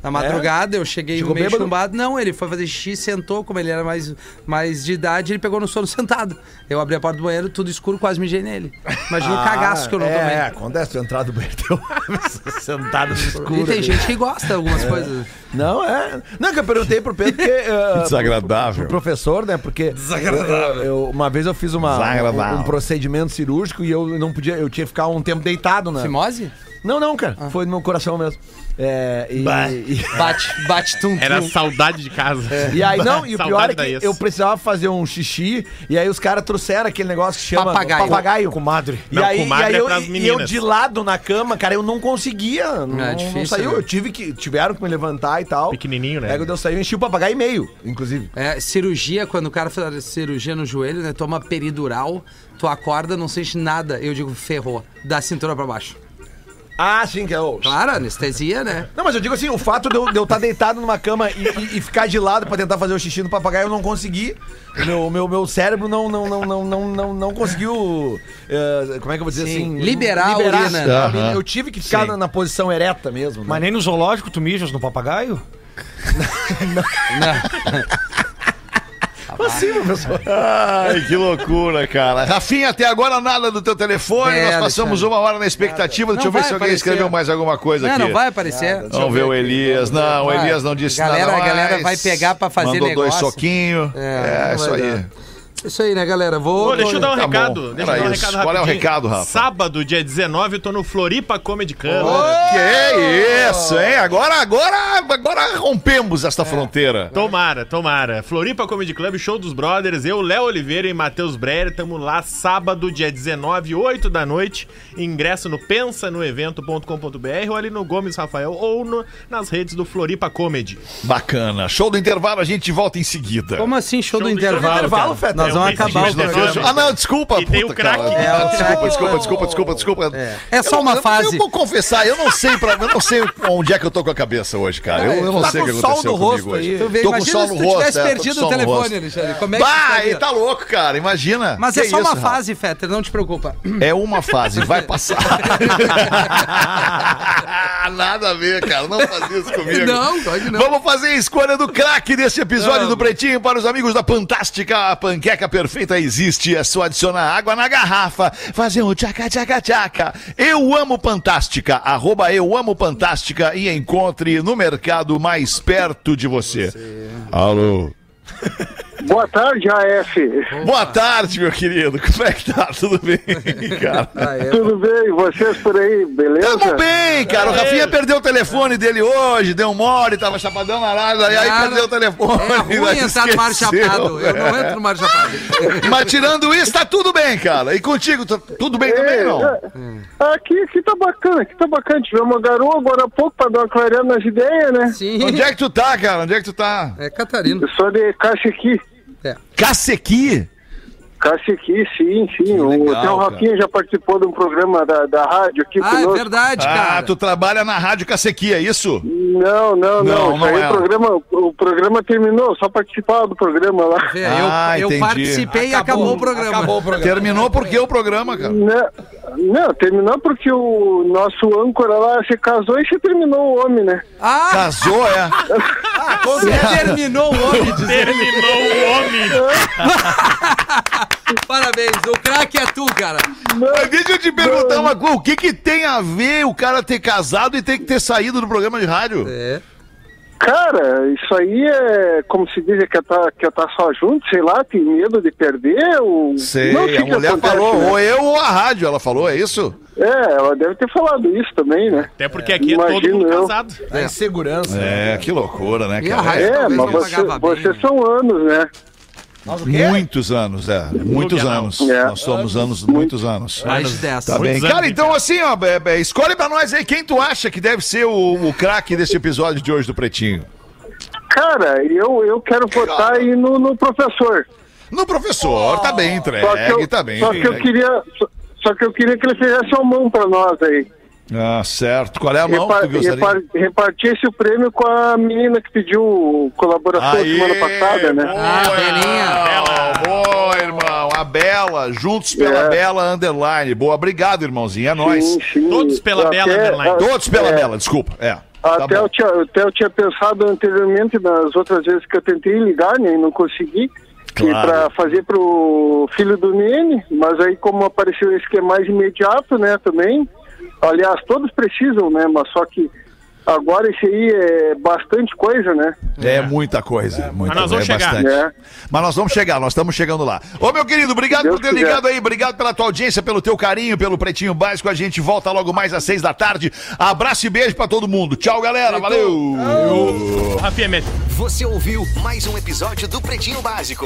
Na madrugada, eu cheguei
Chegou É?
meio
bêbado?
chumbado. Não, ele foi fazer xixi, sentou, como ele era mais, mais de idade, ele pegou no sono sentado. Eu abri a porta do banheiro, tudo escuro, quase mijei nele. Imagina o cagaço que eu não
é, É,
tomei.
acontece, tu entrar do bertão sentado no escuro.
E tem gente que gosta de
É.
algumas coisas.
Não, é. Não, que eu perguntei pro Pedro porque. eh,
Desagradável.
Pro professor, né? Porque. Desagradável. uma vez eu fiz uma,
Desagradável.
um, um procedimento cirúrgico e eu não podia. Eu tinha que ficar um tempo deitado, né?
Fimose?
Não, não, cara. Foi no meu coração mesmo. É, e, e-
Bate, bate tum, tum.
Era saudade de casa.
É.
e aí, não, e o pior
Saudade
é
da
que
ex.
eu precisava fazer um xixi, e aí os caras trouxeram aquele negócio que chama
Papagaio.
papagaio. Comadre. E
Não,
aí, e
comadre
aí
é
eu,
pras
e eu
meninas.
de lado na cama, cara, eu não conseguia. Não, não
difícil,
saiu.
né?
Eu tive que. Tiveram que me levantar e tal.
Pequenininho, né?
Aí quando eu saí, eu enchi o papagaio e meio, inclusive.
É, cirurgia, quando o cara faz cirurgia no joelho, né? Toma peridural, tu acorda, não sente nada. Eu digo, ferrou. Da cintura pra baixo.
Ah, sim, que é o.
Claro, anestesia, né?
Não, mas eu digo assim, o fato de eu estar deitado numa cama e, e- e ficar de lado pra tentar fazer o xixi no papagaio, eu não consegui. O Meu, meu, meu cérebro não, não, não, não, não, não, não conseguiu. eh, como é que eu vou dizer
Sim,
assim?
liberar a urina. né?
Aham.
Eu tive que ficar na, na posição ereta mesmo. né?
Mas nem no zoológico tu mijas no papagaio?
Ai, que loucura, cara. Rafinha, até agora nada do teu telefone.
É,
Nós passamos uma hora na expectativa. Deixa
Não
eu ver
vai
se alguém
aparecer.
escreveu mais alguma coisa
Não,
aqui.
não vai aparecer.
Vamos ver o Elias. Não, o
Vai.
Elias não disse
Galera,
nada.
a
mais.
galera vai pegar pra fazer
Mandou dois
negócio.
soquinhos. É,
não
isso
vai
aí.
dar. Isso aí, né, galera? Vou.
Pô, deixa eu dar um
Tá bom.
recado. Deixa eu
Era
dar um
isso.
recado
Qual é o
rapidinho.
recado, Rafa?
Sábado, dia 19, eu tô no Floripa Comedy Club.
Que isso, hein? Agora, agora, agora rompemos
É.
esta fronteira.
Tomara, tomara. Floripa Comedy Club, show dos brothers. Eu, Léo Oliveira e Matheus Breyer, tamo lá sábado, dia 19, 8 da noite. Ingresso no pensanoevento.com.br ou ali no Gomes Rafael ou no- nas redes do Floripa Comedy.
Bacana. Show do intervalo, a gente volta em seguida.
Como assim, show, do
Show do
intervalo?
intervalo,
cara?
Feta.
Nós vamos
Eu pensei
acabar o
que nós
programa.
fizemos-
Ah, não, desculpa.
E tem o
cara.
craque.
Ah,
É, o
desculpa,
craque.
desculpa, desculpa, desculpa, desculpa.
É só
Eu-
uma
eu-
fase.
Eu vou confessar, eu não sei, pra, eu não sei onde é que eu tô com a cabeça hoje, cara. Eu, eu não
Tá
sei o que
com sol
aconteceu
no
comigo
rosto
hoje.
aí.
Tu vê,
Tô com
Imagina
sol
se
no
tu
rosto,
tivesse
é, tô com
perdido
sol
o
no rosto.
telefone, Alexandre. Como é que tu
Bah,
faria?
ele tá louco, cara, imagina.
Mas
Que
é só
isso,
uma
rapaz?
fase, Fetter, não te preocupa.
É uma fase, vai passar. Nada a ver, cara, não faz isso comigo.
Não, pode não.
Vamos fazer a escolha do craque desse episódio do Pretinho para os amigos da Fantástica. A panqueca perfeita existe, é só adicionar água na garrafa, fazer um tchaca tchaca tchaca. Eu amo Fantástica, arroba eu amo Fantástica e encontre no mercado mais perto de você. Alô.
Boa tarde, AF.
Boa tarde, meu querido. Como é que tá? Tudo bem, cara?
Ah, é.
Tudo bem? Vocês por aí, beleza?
Tamo bem, cara. O Rafinha perdeu o telefone dele hoje, deu mole, tava chapadão na nada, e aí
Cara,
perdeu o telefone.
É ruim
né?
entrar no mar
Esqueceu,
chapado. Eu não
é.
entro no mar chapado.
Mas tirando isso, tá tudo bem, cara. E contigo, tá tudo bem também,
É,
não?
é. Aqui, aqui tá bacana, aqui tá bacana. Tivemos uma garoa agora há pouco pra dar uma clareada nas ideias, né?
Sim.
Onde é que tu tá, cara? Onde é que tu tá?
É Catarina.
Eu sou de caixa aqui.
Cacequi?
Caixa aqui, sim, sim. O-
legal,
Até o
cara.
Rafinha já participou de um programa da, da rádio aqui
Ah, é
conosco.
verdade,
Ah,
cara.
tu trabalha na Rádio Cacequi, é isso?
Não,
Não,
não, não. Isso
não
aí
é.
o, programa, o programa terminou, só participava do programa lá.
Vê,
Ah,
eu, eu
entendi.
participei e acabou o programa.
Acabou o programa.
Terminou porque o programa, cara.
Não, Né? não, terminou porque o nosso âncora lá se casou e se terminou o homem, né?
Ah,
Casou, é?
você terminou o homem de
Terminou o homem.
Parabéns, o craque é tu, cara.
Mas deixa eu te perguntar uma coisa. O que que tem a ver o cara ter casado e ter que ter saído do programa de rádio?
É.
Cara, isso aí é como se diz, é que tá, que tá só junto, sei lá, tem medo de perder. Ou...
Sei,
não sei
a
o que
mulher
acontece,
falou,
né?
ou eu ou a rádio, ela falou, é isso?
É, ela deve ter falado isso também, né?
Até porque aqui é todo
Imagino
mundo
eu.
casado.
A insegurança.
É, que loucura, né,
E a
cara?
rádio
É,
talvez
mas
não
você,
pagava bem.
vocês são anos, né?
Muitos anos, é. Muitos anos.
É.
Nós somos anos, muitos anos.
Mais de 10.
Tá bem.
anos
Cara,
de
então assim, ó, é, é, escolhe pra nós aí quem tu acha que deve ser o, o craque desse episódio de hoje do Pretinho.
Cara, eu, eu quero votar aí no, no professor.
No professor, tá bem
Só que eu,
entregue, tá bem.
só que eu
entregue.
queria. Só, só que eu queria que ele fizesse a mão pra nós aí.
Ah, certo. Qual é a mão que tu
Repar-
gostaria?
repar- repartisse o prêmio com a menina que pediu colaboração
Aê,
semana passada, né?
Ah, Belinha.
Bela, boa, irmão. A Bela, juntos pela
É.
Bela, underline. Boa, obrigado, irmãozinho. É nóis.
Sim, sim.
Todos pela
Até-
Bela Underline.
a-
né, Todos pela
é,
Bela, desculpa. É. Tá
Até,
bom.
eu tinha, até eu tinha pensado anteriormente nas outras vezes que eu tentei ligar, né? E não consegui.
Claro.
para fazer pro filho do Nene, mas aí como apareceu esse que é mais imediato, né, também. Aliás, todos precisam, né? Mas só que agora esse aí é bastante coisa, né?
É muita coisa. Muita
Mas nós
coisa,
vamos chegar.
bastante.
É.
Mas nós vamos chegar, nós estamos chegando lá. Ô, meu querido, obrigado
Deus
por ter
quiser.
ligado aí, obrigado pela tua audiência, pelo teu carinho, pelo Pretinho Básico. A gente volta logo mais às seis da tarde. Abraço e beijo pra todo mundo. Tchau, galera. Valeu!
Rafinha, mete.
Você ouviu mais um episódio do Pretinho Básico.